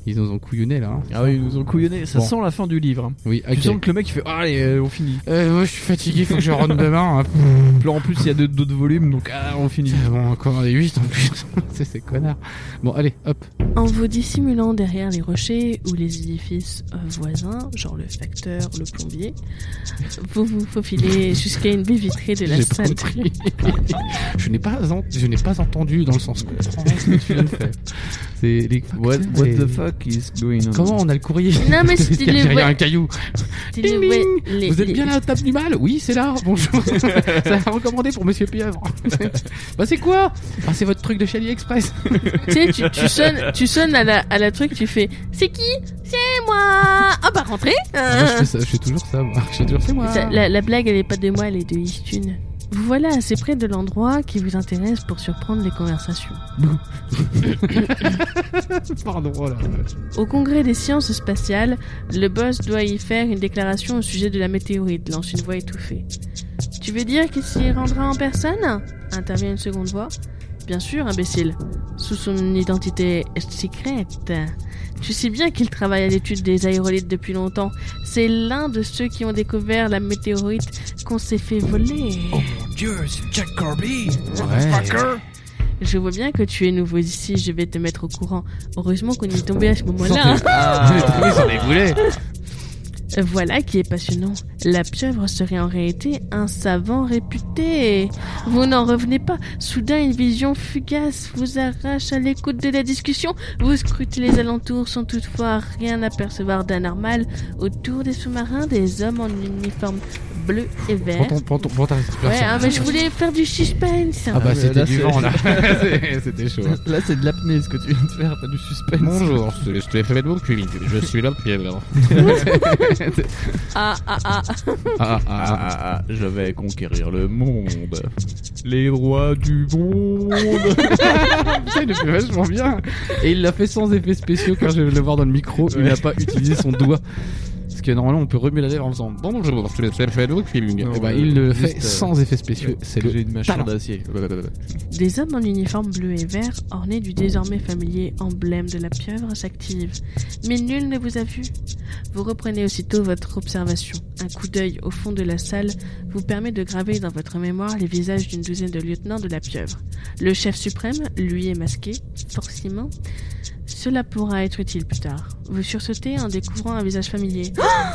Speaker 3: Ils nous ont couillonnés là. hein.
Speaker 6: Ah oui, ils nous ont couillonné. Ça
Speaker 3: Bon.
Speaker 6: sent la fin du livre. hein.
Speaker 3: Oui,
Speaker 6: Tu
Speaker 3: ok.
Speaker 6: sens que le mec il fait Ah, Allez, euh, on finit.
Speaker 3: Euh, moi je suis fatigué, faut que je rentre demain. hein.
Speaker 6: [laughs] Puis en plus, il y a deux- d'autres volumes donc ah, on finit.
Speaker 3: Putain, bon, on commandait 8 en plus. [laughs] C'est ces connards. Bon, allez, hop.
Speaker 2: En vous dissimulant derrière les rochers ou les édifices euh, voisins, genre le facteur, le plombier, vous vous faufilez jusqu'à une baie vitrée de la
Speaker 3: J'ai pas
Speaker 2: salle. [laughs]
Speaker 3: compris. je n'ai pas, en- je n'ai pas entendu dans le sens comprendre ce que tu viens de
Speaker 6: [laughs]
Speaker 3: faire. C'est les-
Speaker 6: What,
Speaker 3: Putain,
Speaker 6: what
Speaker 3: c'est-
Speaker 6: the fuck is going on
Speaker 3: Comment on a le courrier
Speaker 2: Non, mais
Speaker 3: [laughs] Parce que
Speaker 2: c'était le-
Speaker 3: derrière, il y a un caillou.
Speaker 2: Vous
Speaker 3: Ding, Vous êtes bien à la table du mal Oui, c'est là. [laughs] Bonjour. Ça a recommandé pour Monsieur [laughs] Pieuvre. bah c'est quoi Ah c'est votre truc de chez AliExpress.
Speaker 2: Tu sais, tu, tu sonnes, tu sonnes à la, à la truc, tu fais C'est qui C'est moi Ah bah rentrez
Speaker 3: Moi, je,
Speaker 2: Euh,
Speaker 3: fais ça, je fais toujours ça, moi. Je fais toujours c'est moi.
Speaker 2: ça- la, la blague, elle est pas de moi, elle est de Istune. Vous voilà assez près de l'endroit qui vous intéresse pour surprendre les conversations.
Speaker 3: Pardon, oh là.
Speaker 2: Au congrès des sciences spatiales, le boss doit y faire une déclaration au sujet de la météorite, lance une voix étouffée. Tu veux dire qu'il s'y rendra en personne intervient une seconde voix. Bien sûr, imbécile. Sous son identité secrète. Tu sais bien qu'il travaille à l'étude des aérolithes depuis longtemps. C'est l'un de ceux qui ont découvert la météorite qu'on s'est fait voler.
Speaker 3: Ouais.
Speaker 2: Je vois bien que tu es nouveau ici, je vais te mettre
Speaker 6: Ah.
Speaker 2: au courant. Heureusement qu'on y est tombé à ce moment-là. hein.
Speaker 3: Ils sont des boulets.
Speaker 2: Voilà qui est passionnant. La pieuvre serait en réalité un savant réputé. Vous n'en revenez pas. Soudain, une vision fugace vous arrache à l'écoute de la discussion. Vous scrutez les alentours sans toutefois rien apercevoir d'anormal. Autour des sous-marins, des hommes en uniforme bleu et vert.
Speaker 3: Prends, ton, prends, ton- prends ta
Speaker 2: Ouais,
Speaker 3: respiration.
Speaker 2: ah, mais je voulais faire du suspense.
Speaker 3: Ah bah
Speaker 6: mais
Speaker 3: c'était
Speaker 6: là,
Speaker 3: du
Speaker 6: c'est-
Speaker 14: [laughs]
Speaker 3: vent là. [laughs] c'était chaud.
Speaker 6: Là, c'est de l'apnée ce que tu viens de faire, t'as du suspense.
Speaker 14: Bonjour, c'est Stéphane Bourcuit, je suis la pieuvre.
Speaker 2: Ah, ah, ah.
Speaker 6: Ah, ah,
Speaker 14: Ah,
Speaker 6: ah.
Speaker 14: ah, ah, je vais conquérir le monde. Les rois du
Speaker 3: [laughs]
Speaker 14: monde.
Speaker 3: Putain, il le fait vachement bien. Et il l'a fait sans effets spéciaux quand je vais le voir dans le micro. Il n'a pas utilisé son doigt. Parce que normalement, on peut remuer la lèvre en faisant bonjour, c'est Stéphane Bourcuit.
Speaker 6: Non,
Speaker 3: Eh ben,
Speaker 6: euh,
Speaker 3: il le
Speaker 6: juste,
Speaker 3: fait
Speaker 6: euh,
Speaker 3: sans effets spéciaux. C'est le.
Speaker 6: J'ai une mâchoire
Speaker 3: talent.
Speaker 6: d'acier.
Speaker 2: Des hommes en uniforme bleu et vert, ornés du désormais familier emblème de la pieuvre, s'activent. Mais nul ne vous a vu. Vous reprenez aussitôt votre observation. Un coup d'œil au fond de la salle vous permet de graver dans votre mémoire les visages d'une douzaine de lieutenants de la pieuvre. Le chef suprême, lui, est masqué, forcément. Cela pourra être utile plus tard. Vous sursautez en découvrant un visage
Speaker 3: [gasps]
Speaker 2: familier.
Speaker 3: Ah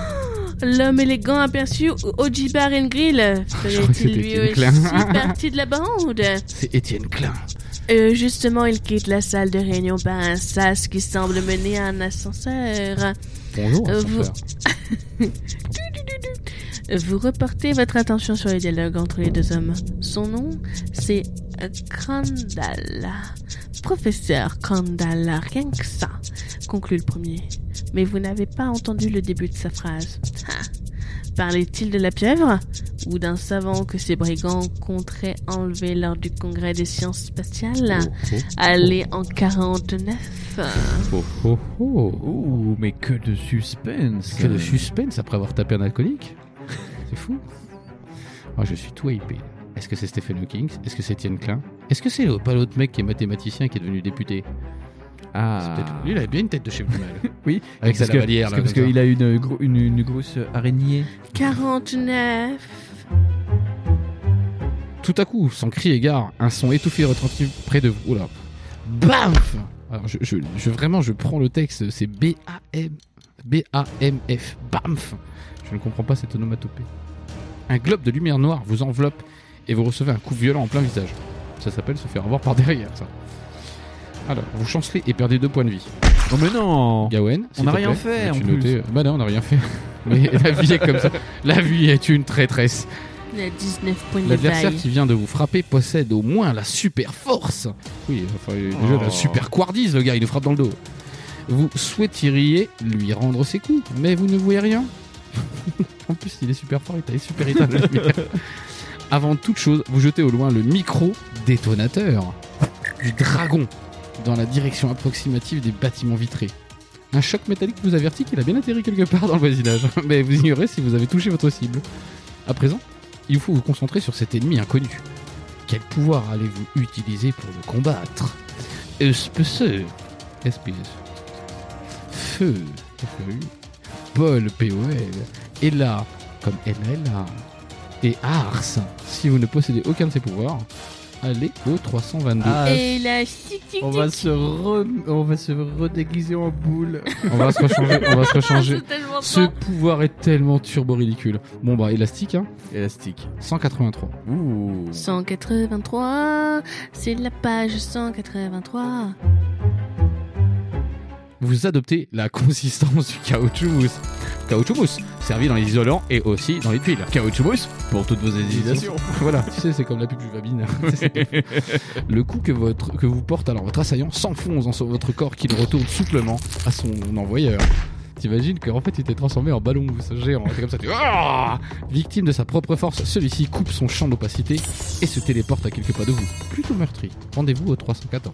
Speaker 2: L'homme élégant aperçu, Ojibar Grill.
Speaker 3: que
Speaker 2: Serait-il
Speaker 3: c'était
Speaker 2: lui
Speaker 3: Étienne
Speaker 2: aussi
Speaker 3: Klein. [laughs]
Speaker 2: parti de la bande
Speaker 3: C'est Étienne Klein.
Speaker 2: euh, justement, il quitte la salle de réunion par un sas qui semble mener à un ascenseur.
Speaker 3: Bonjour.
Speaker 2: Euh,
Speaker 3: ascenseur.
Speaker 2: Vous reportez votre attention sur le dialogue entre les deux hommes. Son nom, c'est Crandala. Professeur Crandala, rien que ça, conclut le premier. Mais vous n'avez pas entendu le début de sa phrase. Ha Parlait-il de la pieuvre Ou d'un savant que ces brigands compteraient enlever lors du congrès des sciences spatiales Allez en 49
Speaker 3: Oh, oh, oh.
Speaker 6: Oh, mais que de suspense.
Speaker 3: Que de suspense après avoir tapé un alcoolique C'est fou. Moi, je suis tout hypé. Est-ce que c'est Stephen Hawking Est-ce que c'est Étienne Klein Est-ce que c'est le- pas l'autre mec qui est mathématicien qui est devenu député C'est
Speaker 6: Ah.
Speaker 3: peut-être- Lui, il a bien une tête de chef du mal.
Speaker 6: Oui.
Speaker 3: Avec sa
Speaker 6: Parce que-
Speaker 3: lavalière,
Speaker 6: parce
Speaker 3: là.
Speaker 6: que- Parce
Speaker 3: comme ça.
Speaker 6: qu'il a une, gro- une, une grosse araignée.
Speaker 2: 49
Speaker 3: Tout à coup, sans cri égard, un son étouffé retentit près de vous. Oula. BAMF Alors, je, je- je- vraiment, je prends le texte, c'est B-A-M. B-A-M-F. BAMF Je ne comprends pas cette onomatopée. Un globe de lumière noire vous enveloppe et vous recevez un coup violent en plein visage. Ça s'appelle se faire avoir par derrière, ça. Alors, vous chancelez et perdez deux points de vie.
Speaker 6: Non, Oh, mais non
Speaker 3: Gawen, s'il
Speaker 6: n'a
Speaker 3: te
Speaker 6: rien
Speaker 3: plaît,
Speaker 6: fait,
Speaker 3: veux-tu
Speaker 6: en plus.
Speaker 3: noter Bah non, on n'a rien fait. [laughs] Mais la vie est comme ça. La vie est une traîtresse.
Speaker 2: Il a 19 points de
Speaker 3: L'adversaire
Speaker 2: taille.
Speaker 3: qui vient de vous frapper possède au moins la super force. Oui, enfin, déjà
Speaker 6: Oh.
Speaker 3: la super quardise, le gars, il nous frappe dans le dos. Vous souhaiteriez lui rendre ses coups, mais vous ne voyez rien. [laughs] en plus, il est super fort, il taille super étonnant. Avant toute chose, vous jetez au loin le micro détonateur du dragon dans la direction approximative des bâtiments vitrés. Un choc métallique vous avertit qu'il a bien atterri quelque part dans le voisinage, [laughs] mais vous ignorez si vous avez touché votre cible. À présent, il faut vous concentrer sur cet ennemi inconnu. Quel pouvoir allez-vous utiliser pour le combattre SPC. SPS. Feu. FEU. Paul. POL. Ella. Comme NLA. Et Ars. Si vous ne possédez aucun de ces pouvoirs, allez au 322.
Speaker 6: Ah,
Speaker 2: Et la chic chic
Speaker 6: on
Speaker 2: chic.
Speaker 6: va se re- on va se redéguiser en boule.
Speaker 3: On va se rechanger. On va se
Speaker 2: [laughs]
Speaker 3: rechanger.
Speaker 2: C'est tellement
Speaker 3: Ce
Speaker 2: fort.
Speaker 3: pouvoir est tellement turbo ridicule. Bon bah élastique hein,
Speaker 6: [laughs] Élastique.
Speaker 3: 183.
Speaker 6: Ouh.
Speaker 2: 183, c'est la page 183.
Speaker 3: Vous adoptez la [laughs] consistance du caoutchouc mousse. Caoutchouc mousse, servi dans les isolants et aussi dans les tuiles. Caoutchouc mousse
Speaker 6: Pour toutes vos hésitations.
Speaker 3: [laughs] Voilà, tu sais, c'est comme la pub du Vabine. le coup que, votre, que vous porte alors votre assaillant s'enfonce dans son- votre corps qui le retourne souplement à son envoyeur. T'imagines qu'en fait il t'est transformé en ballon mousse géant. C'est comme ça, tu... Ah Victime de sa propre force, celui-ci coupe son champ d'opacité et se téléporte à quelques pas de vous. Plutôt meurtri. Rendez-vous au 314.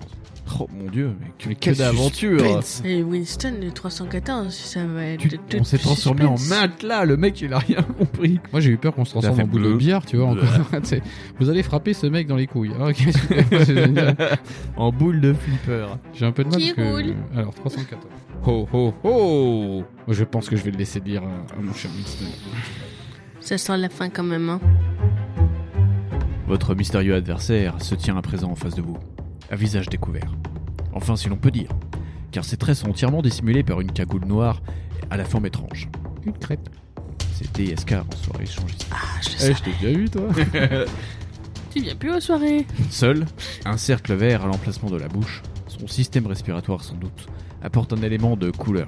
Speaker 6: Oh mon dieu, mais que,
Speaker 3: Mais
Speaker 6: que
Speaker 3: quel
Speaker 6: d'aventure
Speaker 3: suspense
Speaker 2: Et Winston, le 314, ça va être
Speaker 6: Tu-
Speaker 2: tout
Speaker 6: On s'est
Speaker 2: suspense.
Speaker 6: transformé en matelas, le mec il a rien compris. [laughs]
Speaker 3: Moi j'ai eu peur qu'on se transforme
Speaker 6: fait
Speaker 3: en boule de
Speaker 6: bleu.
Speaker 3: billard, tu vois. Encore. [laughs] Tu sais, Vous allez frapper ce mec dans les couilles. Ah, ok, super, c'est génial.
Speaker 6: En boule de flipper.
Speaker 3: J'ai un peu de mal.
Speaker 2: Qui
Speaker 3: parce que-
Speaker 2: roule
Speaker 3: Alors 314. Ho ho ho Je pense que je vais le laisser dire à, à mon cher Winston.
Speaker 2: Ça sent la fin quand même. Hein.
Speaker 6: Votre mystérieux adversaire se tient à présent en face de vous, à visage découvert. Enfin, si l'on peut dire, car ses traits sont entièrement dissimulés par une cagoule noire à la forme étrange.
Speaker 3: une crêpe.
Speaker 6: C'est DSK en soirée échangiste.
Speaker 2: Ah, je
Speaker 3: Eh,
Speaker 2: sais.
Speaker 3: je t'ai bien vu, toi. [laughs]
Speaker 2: Tu viens plus aux soirées.
Speaker 6: Seul, un cercle vert à l'emplacement de la bouche, son système respiratoire sans doute, apporte un élément de couleur.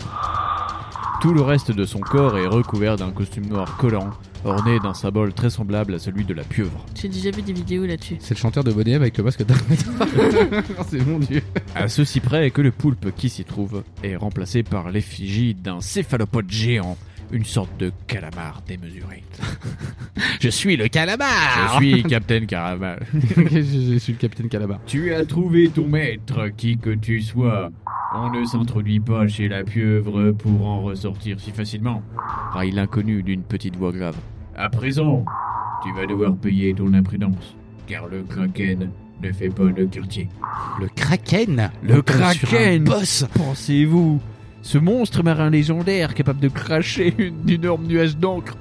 Speaker 6: Tout le reste de son corps est recouvert d'un costume noir collant, orné d'un symbole très semblable à celui de la pieuvre.
Speaker 2: J'ai déjà vu des vidéos là-dessus.
Speaker 3: C'est le chanteur de Bonnet M avec le masque [laughs] d'Armator. C'est mon dieu. [laughs]
Speaker 6: À ceci près que le poulpe qui s'y trouve est remplacé par l'effigie d'un céphalopode géant, une sorte de calamar démesuré.
Speaker 15: [laughs] Je suis le calamar
Speaker 6: Je suis Captain Caramel.
Speaker 3: je, je suis le capitaine Calabar.
Speaker 6: Tu as trouvé ton maître, qui que tu sois. On ne s'introduit pas chez la pieuvre pour en ressortir si facilement. Raille l'inconnu d'une petite voix grave. À présent, tu vas devoir payer ton imprudence, car le kraken ne fait pas le quartier.
Speaker 15: Le Kraken
Speaker 6: Le
Speaker 15: On tombe sur un
Speaker 6: Kraken
Speaker 15: Boss
Speaker 6: Pensez-vous, ce monstre marin légendaire capable de cracher une énorme nuage d'encre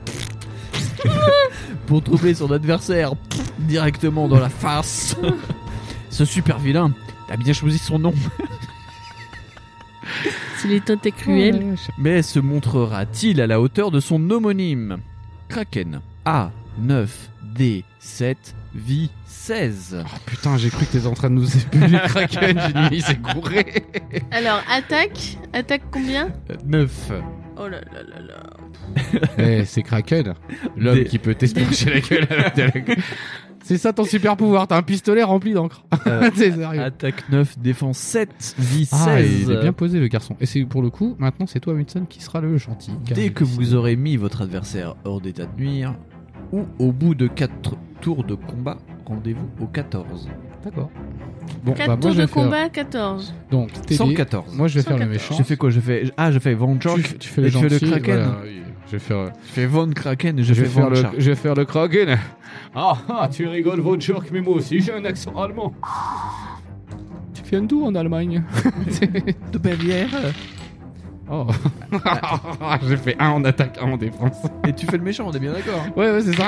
Speaker 6: [laughs] pour troubler son adversaire directement dans la face. [laughs] Ce super vilain a bien choisi son nom.
Speaker 2: Si les teintes est cruel,
Speaker 6: Mais se montrera-t-il à la hauteur de son homonyme Kraken A 9 D 7 vie 16.
Speaker 3: Oh putain, j'ai cru que t'étais en train de nous [laughs] épeler le Kraken. J'ai dit, mais il s'est gouré.
Speaker 2: Alors, attaque Attaque combien
Speaker 6: 9.
Speaker 2: Oh là là là là.
Speaker 3: Eh, c'est Kraken.
Speaker 6: L'homme
Speaker 3: Des-
Speaker 6: qui peut t'espercher la gueule à la
Speaker 3: C'est ça ton super pouvoir. T'as un pistolet rempli d'encre.
Speaker 6: Euh,
Speaker 3: [laughs] C'est sérieux.
Speaker 6: Attaque 9, défense 7, vie
Speaker 3: Ah,
Speaker 6: 16.
Speaker 3: il est bien posé le garçon. Et c'est pour le coup, maintenant c'est toi, Winston, qui sera le gentil.
Speaker 6: Dès que vous aurez mis votre adversaire hors d'état de nuire, ou au bout de 4 tours de combat, rendez-vous au 14.
Speaker 3: D'accord. Bon,
Speaker 2: 4
Speaker 3: bah, moi,
Speaker 2: tours
Speaker 3: je
Speaker 2: de
Speaker 3: vais faire-
Speaker 2: combat, 14.
Speaker 3: Donc, TD.
Speaker 6: 114.
Speaker 3: Moi, je vais faire le
Speaker 2: 114.
Speaker 3: méchant.
Speaker 6: j'ai fait quoi Je fais Ah, je fais Von
Speaker 3: Tu,
Speaker 6: Jork.
Speaker 3: f- tu fais le
Speaker 6: et tu fais
Speaker 3: gentil.
Speaker 6: le Kraken.
Speaker 3: voilà, oui. Je vais faire.
Speaker 6: Je fais Von Kraken. Je,
Speaker 3: Je
Speaker 6: fais
Speaker 3: vais faire
Speaker 6: Von
Speaker 3: le,
Speaker 6: [laughs] Shark.
Speaker 3: je vais faire le Kraken.
Speaker 11: Ah ah, tu rigoles, votre Jork, mais moi aussi j'ai un accent allemand.
Speaker 3: Tu viens d'où en Allemagne
Speaker 6: De Bavière.
Speaker 3: Oh. [laughs] J'ai fait un en attaque, un en défense.
Speaker 6: Et tu fais le méchant, on est bien d'accord. hein.
Speaker 3: Ouais, ouais, c'est ça.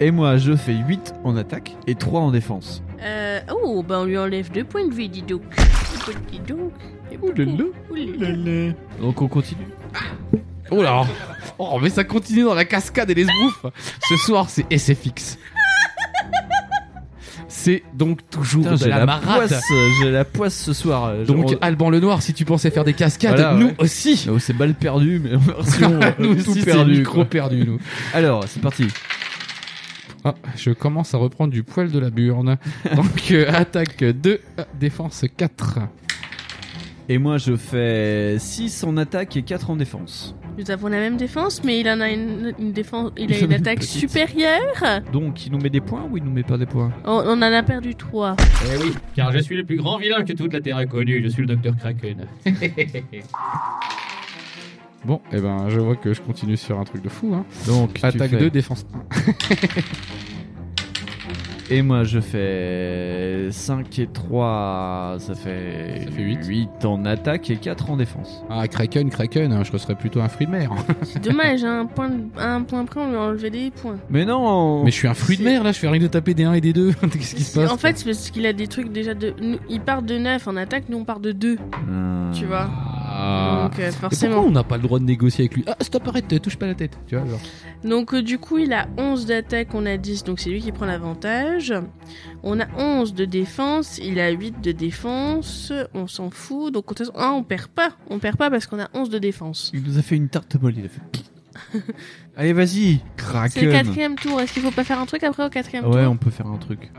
Speaker 6: Et moi, je fais 8 en attaque et 3 en défense.
Speaker 2: Euh, oh, bah on lui enlève 2 points de vie, dis donc. Dis donc. Oulala.
Speaker 6: Donc on continue.
Speaker 3: Oh là Oh, mais ça continue dans la cascade et les sbrouffes Ce soir, c'est SFX. C'est donc toujours
Speaker 6: Putain,
Speaker 3: de
Speaker 6: j'ai
Speaker 3: la,
Speaker 6: la,
Speaker 3: marade.
Speaker 6: poisse. euh, J'ai la poisse ce soir. euh,
Speaker 3: Donc,
Speaker 6: genre-
Speaker 3: Alban Lenoir, si tu pensais faire des cascades,
Speaker 6: Voilà,
Speaker 3: nous
Speaker 6: ouais.
Speaker 3: aussi
Speaker 6: Oh, c'est balle perdue, mais en [laughs] version euh,
Speaker 3: [laughs] Nous
Speaker 6: tout
Speaker 3: aussi, c'est
Speaker 6: perdu.
Speaker 3: micro
Speaker 6: quoi.
Speaker 3: perdu, nous.
Speaker 6: Alors, c'est parti.
Speaker 3: Ah, je commence à reprendre du poil de la burne. Donc, euh, attaque 2, défense 4.
Speaker 6: Et moi, je fais 6 en attaque et 4 en défense.
Speaker 2: Nous avons la même défense, mais il en a une, une défense, il a
Speaker 6: Il
Speaker 3: [laughs]
Speaker 6: en
Speaker 2: une
Speaker 6: a une
Speaker 2: attaque
Speaker 6: petite.
Speaker 2: supérieure.
Speaker 6: Donc, il nous met des points ou il nous met pas des points
Speaker 2: On, on en a perdu 3.
Speaker 11: Eh oui, car je suis le plus grand vilain que toute la Terre a connu, je suis le docteur Kraken.
Speaker 3: Bon, et eh ben, je vois que je continue sur un truc de fou. Hein.
Speaker 6: Donc, tu
Speaker 3: Attaque
Speaker 6: fais-
Speaker 3: 2, défense
Speaker 6: Et moi, je fais 5 et 3. Ça fait,
Speaker 3: Ça fait huit.
Speaker 6: 8 en attaque et 4 en défense.
Speaker 3: 1. Ah, Kraken, Kraken, hein, je serais plutôt un fruit de mer.
Speaker 2: C'est dommage, hein, un point, de- un point près, on lui a enlevé des points.
Speaker 6: Mais
Speaker 3: [laughs]
Speaker 6: non
Speaker 3: Mais je suis un fruit de mer, là, je fais rien de taper des 1 et des 2. [laughs] Qu'est-ce qui se passe
Speaker 2: En fait, c'est parce qu'il a des trucs déjà de. nous- il part de 9 en attaque, nous on part de 2,
Speaker 6: Hmm.
Speaker 2: tu vois.
Speaker 3: Ah.
Speaker 2: Donc, euh,
Speaker 3: Et pourquoi
Speaker 2: forcément.
Speaker 3: on n'a pas le droit de négocier avec lui Ah, stop, arrête, touche pas la tête. Tu vois, genre.
Speaker 2: Donc, euh, du coup, il a 11 d'attaque, on a 10, donc c'est lui qui prend l'avantage. On a 11 de défense, il a 8 de défense, on s'en fout. Donc, on, ah, on perd pas, on perd pas parce qu'on a 11 de défense.
Speaker 6: Ah. Il nous a fait une tarte molle.
Speaker 2: [laughs]
Speaker 6: Il a fait. Allez, vas-y
Speaker 2: C'est le
Speaker 6: Kraken
Speaker 2: quatrième tour, est-ce qu'il faut pas faire un truc après au quatrième
Speaker 6: Ouais,
Speaker 2: tour
Speaker 6: on peut faire un truc.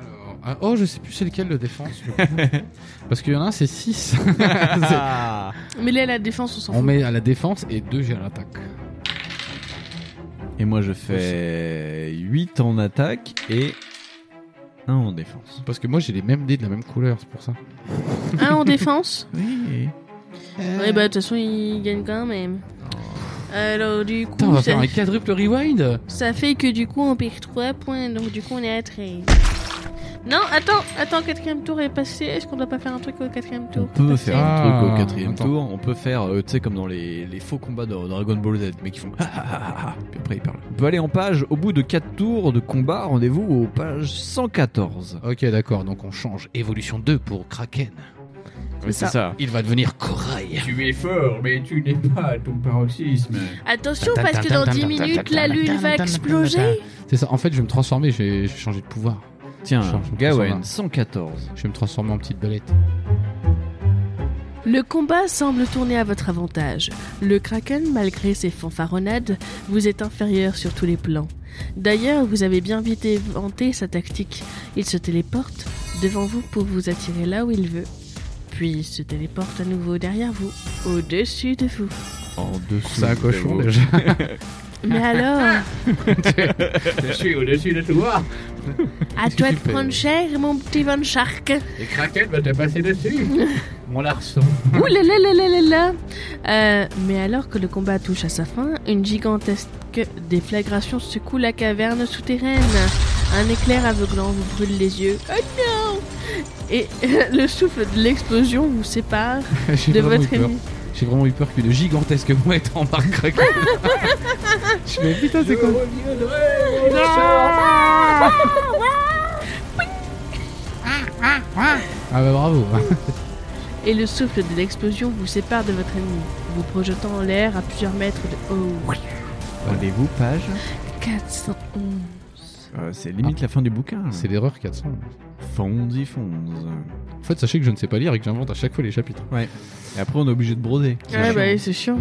Speaker 3: Alors, ah, oh, je sais plus c'est lequel le défense. du coup. [laughs] Parce qu'il y en a un, c'est [laughs] 6.
Speaker 6: Ah. [laughs]
Speaker 2: Mais là, la défense, on s'en
Speaker 3: on
Speaker 2: fout.
Speaker 3: met à la défense et 2 j'ai à l'attaque.
Speaker 6: Et moi, je fais 8 en attaque et 1 en défense.
Speaker 3: Parce que moi j'ai les mêmes dés de la même couleur, c'est pour ça.
Speaker 2: Un en
Speaker 6: [laughs]
Speaker 2: défense
Speaker 6: Oui.
Speaker 2: Ouais, bah, de toute façon, il gagne quand même. Alors, du coup,
Speaker 3: Putain, on va
Speaker 2: ça,
Speaker 3: faire un quadruple rewind
Speaker 2: ça fait que du coup, on perd 3 points, donc du coup, on est à 13. Non, attends, attends, quatrième tour est passé. Est-ce qu'on doit pas faire un truc au quatrième
Speaker 6: On
Speaker 2: tour
Speaker 6: peut faire
Speaker 3: Ah,
Speaker 6: un truc au quatrième
Speaker 3: attends.
Speaker 6: tour. On peut faire, euh, tu sais, comme dans les, les faux combats de Dragon Ball Z, mais qui font. ah, ah, ah, ah, Puis après, ils parlent. On peut aller en page. Au bout de 4 tours de combat, rendez-vous aux pages 114.
Speaker 3: Ok, d'accord, donc on change. Évolution 2 pour Kraken.
Speaker 2: C'est ça.
Speaker 5: Il va devenir corail.
Speaker 4: Tu es fort, mais tu n'es pas à ton
Speaker 11: [laughs]
Speaker 4: paroxysme.
Speaker 2: Attention, parce que dans 10 minutes, la lune va exploser.
Speaker 3: C'est ça. En fait, je vais me transformer, je vais je vais changer de pouvoir.
Speaker 6: Tiens,
Speaker 3: Change,
Speaker 6: Gawain,
Speaker 3: change.
Speaker 6: 114.
Speaker 3: Je vais me transformer en petite belette.
Speaker 2: Le combat semble tourner à votre avantage. Le Kraken, malgré ses fanfaronnades, vous est inférieur sur tous les plans. D'ailleurs, vous avez bien vite inventé sa tactique. Il se téléporte devant vous pour vous attirer là où il veut. Puis il se téléporte à nouveau derrière vous, au-dessus de vous.
Speaker 6: En dessous.
Speaker 3: C'est un
Speaker 6: du
Speaker 3: cochon
Speaker 6: tableau.
Speaker 3: déjà.
Speaker 2: Mais alors,
Speaker 4: Je suis au-dessus de toi.
Speaker 2: à toi de
Speaker 3: Super.
Speaker 2: prendre cher, mon petit Van Shark.
Speaker 4: Les craquettes vont te passer
Speaker 11: [laughs]
Speaker 4: dessus. Mon larçon.
Speaker 2: Ouh là là là là là là Euh, Mais alors que le combat touche à sa fin, une gigantesque déflagration secoue la caverne souterraine. Un éclair aveuglant vous brûle les yeux. Oh non Et [laughs] le souffle de l'explosion vous sépare
Speaker 3: [laughs] J'ai
Speaker 2: de
Speaker 3: vraiment eu
Speaker 2: votre
Speaker 3: peur.
Speaker 2: ennemi.
Speaker 3: J'ai vraiment eu peur qu'une gigantesque mouette en
Speaker 2: [laughs]
Speaker 3: marque craquée. je me dis, putain, c'est quoi Ah bah bravo.
Speaker 2: Et le souffle de l'explosion vous sépare de votre ennemi, vous projetant en l'air à plusieurs mètres de haut.
Speaker 6: Rendez-vous, page.
Speaker 2: 411.
Speaker 6: Euh, c'est limite la fin du bouquin.
Speaker 3: C'est l'erreur 400.
Speaker 6: Fonzi Fonz.
Speaker 3: En fait, sachez que je ne sais pas lire et que j'invente à chaque fois les chapitres.
Speaker 6: Et après, on est obligé de broder.
Speaker 2: Ouais, bah c'est chiant.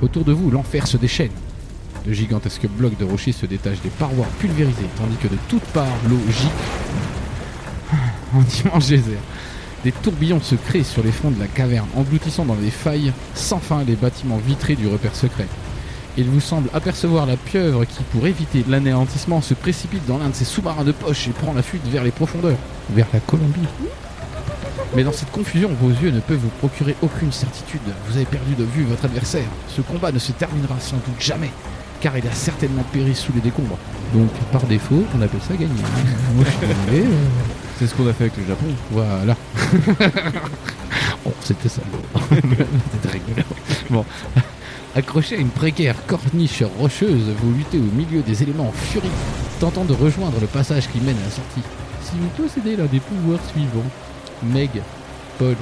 Speaker 3: Autour de vous, l'enfer se déchaîne. De gigantesques blocs de rochers se détachent des parois pulvérisées, tandis que de toutes parts, l'eau gicle Ah, en dimanche désert. Des tourbillons se créent sur les fonds de la caverne, engloutissant dans des failles sans fin les bâtiments vitrés du repère secret. Il vous semble apercevoir la pieuvre qui, pour éviter l'anéantissement, se précipite dans l'un de ses sous-marins de poche et prend la fuite vers les profondeurs, vers la Colombie. Mais dans cette confusion, vos yeux ne peuvent vous procurer aucune certitude. Vous avez perdu de vue votre adversaire. Ce combat ne se terminera sans doute jamais, car il a certainement péri sous les décombres. Donc, par défaut, on appelle ça gagner. [laughs] Moi, je suis désolé, euh,
Speaker 6: C'est ce qu'on a fait avec le Japon.
Speaker 3: [laughs] Voilà. oh, c'était [laughs] ça. c'était rigolo. Bon. Accroché à une précaire corniche rocheuse, vous luttez au milieu des éléments en furie, tentant de rejoindre le passage qui mène à la sortie. Si vous possédez l'un des pouvoirs suivants, Meg, Paul,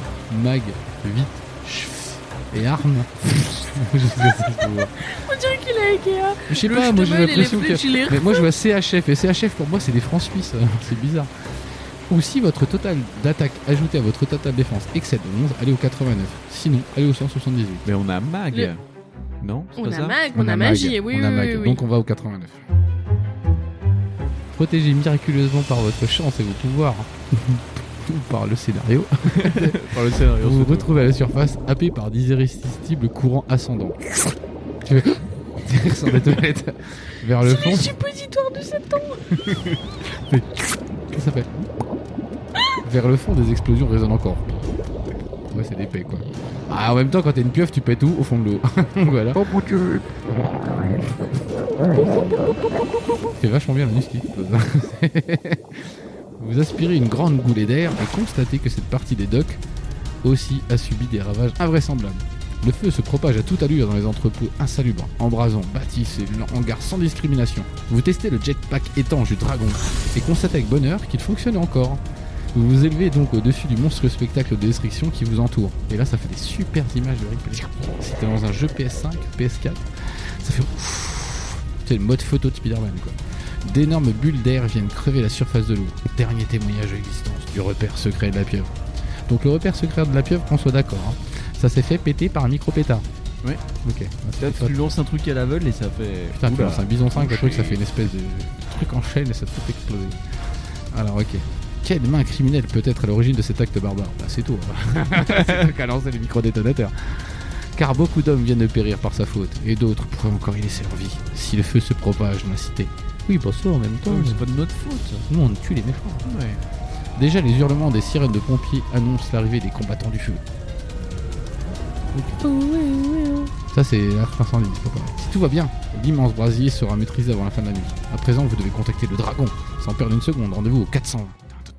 Speaker 3: Mag, Vite, Chf et Arme. [laughs] je sais pas si je peux voir.
Speaker 2: On dirait qu'il est Ikea.
Speaker 3: Je sais
Speaker 2: Le
Speaker 3: pas, moi j'ai
Speaker 2: cheval et les
Speaker 3: l'impression que.
Speaker 2: flûtes, il est-
Speaker 3: Mais moi je vois CHF et CHF pour moi c'est des francs suisses, hein, c'est bizarre. Ou si votre total d'attaque ajouté à votre total défense excède 11, allez au 89. Sinon, allez au 178.
Speaker 6: Mais on a Mag.
Speaker 2: Le-
Speaker 6: Non c'est
Speaker 2: On
Speaker 6: pas
Speaker 2: a
Speaker 6: ça
Speaker 2: mag, on, a magie, oui,
Speaker 3: on
Speaker 2: oui,
Speaker 3: a
Speaker 2: oui,
Speaker 3: mag,
Speaker 2: oui, oui.
Speaker 3: donc on va au 89. Protégé miraculeusement par votre chance et vos pouvoirs, [laughs] ou par le scénario,
Speaker 6: Par le scénario.
Speaker 3: vous vous
Speaker 6: surtout.
Speaker 3: retrouvez à la surface, happé par d'irrésistibles courants ascendants. tu veux [laughs] tu ressors des toilettes vers le
Speaker 2: C'est
Speaker 3: fond.
Speaker 2: les suppositoires de cette
Speaker 3: [laughs] Qu'est-ce que ça fait Vers le fond, des explosions résonnent encore. Ouais, c'est l'épée, quoi. Ah, en même temps, quand t'es une pieuvre, tu pètes tout au fond de l'eau. [laughs] voilà. Oh, mon dieu C'est vachement bien la nuit, ce qu'il pose. [laughs] Vous aspirez une grande goulée d'air et constatez que cette partie des docks aussi a subi des ravages invraisemblables. Le feu se propage à toute allure dans les entrepôts insalubres, embrasant bâtisses et hangars sans discrimination. Vous testez le jetpack étanche du dragon et constatez avec bonheur qu'il fonctionne encore. Vous vous élevez donc au-dessus du monstrueux spectacle de destruction qui vous entoure. Et là, ça fait des super images de replay. Si t'es dans un jeu PS5, PS4, ça fait. ouf. C'est le mode photo de Spider-Man, quoi. D'énormes bulles d'air viennent crever la surface de l'eau. Dernier témoignage à l'existence du repère secret de la pieuvre. Donc, le repère secret de la pieuvre, qu'on soit d'accord, hein, ça s'est fait péter par un micro-pétard.
Speaker 6: Ouais.
Speaker 3: Ok.
Speaker 6: Peut-être
Speaker 3: Pas-
Speaker 6: tu lances un truc à l'aveugle et ça fait.
Speaker 3: Putain, tu
Speaker 6: Oula.
Speaker 3: lances un bison 5, le truc, ça fait une espèce de truc en chaîne et ça te fait exploser. Alors, ok. Quelle main criminelle peut être à l'origine de cet acte barbare Bah, c'est tout. [laughs] c'est toi qui as lancé les microdétonateurs. Car beaucoup d'hommes viennent de périr par sa faute, et d'autres pourraient encore y laisser leur vie, si le feu se propage dans la cité. Oui, bah ça, en même temps,
Speaker 6: C'est pas de notre faute.
Speaker 3: nous, on tue les méchants. Déjà, les hurlements des sirènes de pompiers annoncent l'arrivée des combattants du feu. Ça, c'est la 510, c'est pas pareil. Si tout va bien, l'immense brasier sera maîtrisé avant la fin de la nuit. À présent, vous devez contacter le dragon. Sans perdre une seconde, rendez-vous au 420.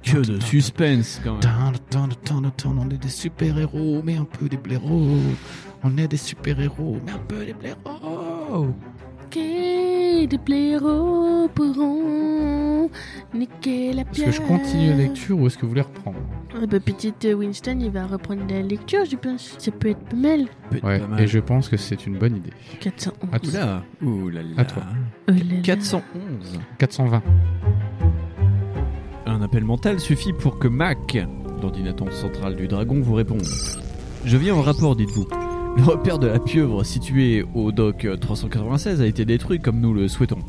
Speaker 6: Que de suspense quand même.
Speaker 3: on est des super-héros, mais un peu des blaireaux. On est des super-héros, mais un peu des blaireaux.
Speaker 2: Niquer des blaireaux pourront niquer la
Speaker 3: Est-ce
Speaker 2: pierre.
Speaker 3: que je continue la lecture ou est-ce que vous voulez reprendre
Speaker 2: Ah bah, petite euh, Winston, il va reprendre la lecture, je pense. Ça peut être pas mal.
Speaker 6: Peut être
Speaker 3: Ouais,
Speaker 6: pas mal.
Speaker 3: et je pense que c'est une bonne idée.
Speaker 2: 411.
Speaker 3: À toi.
Speaker 6: Oula, oulala.
Speaker 3: À toi.
Speaker 2: Oh là là.
Speaker 6: 411.
Speaker 3: 420.
Speaker 6: Un appel mental suffit pour que Mac, l'ordinateur central du dragon, vous réponde. Je viens en rapport, dites-vous. Le repère de la pieuvre situé au dock 396 a été détruit comme nous le souhaitons.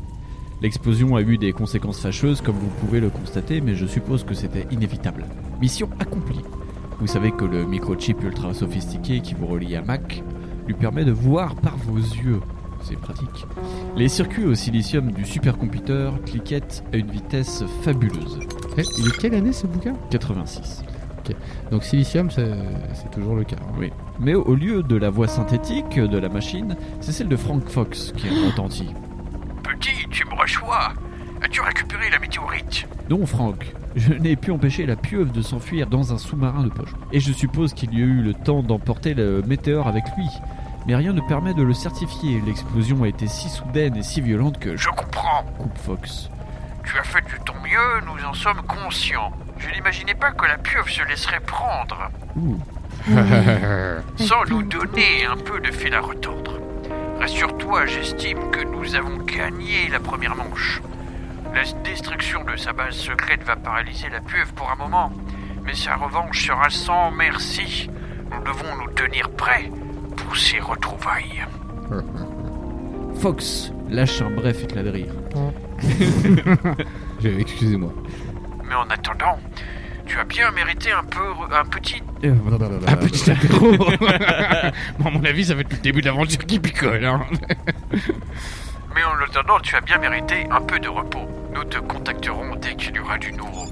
Speaker 6: L'explosion a eu des conséquences fâcheuses comme vous pouvez le constater, mais je suppose que c'était inévitable. Mission accomplie. Vous savez que le microchip ultra sophistiqué qui vous relie à Mac lui permet de voir par vos yeux. C'est pratique. Les circuits au silicium du supercomputer cliquettent à une vitesse fabuleuse.
Speaker 3: Eh, il est quelle année ce bouquin
Speaker 6: 86.
Speaker 3: Donc Silicium, c'est c'est toujours le cas. hein.
Speaker 6: Oui. Mais au lieu de la voix synthétique de la machine, c'est celle de Frank Fox qui retentit.
Speaker 11: Petit, tu me reçois. As-tu récupéré la météorite
Speaker 6: Non, Frank, je n'ai pu empêcher la pieuvre de s'enfuir dans un sous-marin de poche. Et je suppose qu'il y a eu le temps d'emporter le météore avec lui. Mais rien ne permet de le certifier. L'explosion a été si soudaine et si violente que je
Speaker 11: Je comprends.
Speaker 6: coupe Fox.
Speaker 11: Tu as fait de ton mieux, nous en sommes conscients. Je n'imaginais pas que la pieuvre se laisserait prendre,
Speaker 6: Ouh.
Speaker 3: Euh,
Speaker 11: sans nous donner un peu de fil à retordre. Rassure-toi, j'estime que nous avons gagné la première manche. La destruction de sa base secrète va paralyser la pieuvre pour un moment, mais sa revanche sera sans merci. Nous devons nous tenir prêts pour ses retrouvailles.
Speaker 6: Fox lâche un bref éclat de rire.
Speaker 3: Je- Excusez-moi.
Speaker 11: Mais en attendant, tu as bien mérité un peu un petit.
Speaker 3: Ah petit apéro [laughs] Bon, à mon avis, ça va être le début de l'aventure qui picole. Hein.
Speaker 11: Mais en attendant, tu as bien mérité un peu de repos. Nous te contacterons dès qu'il y aura du nouveau.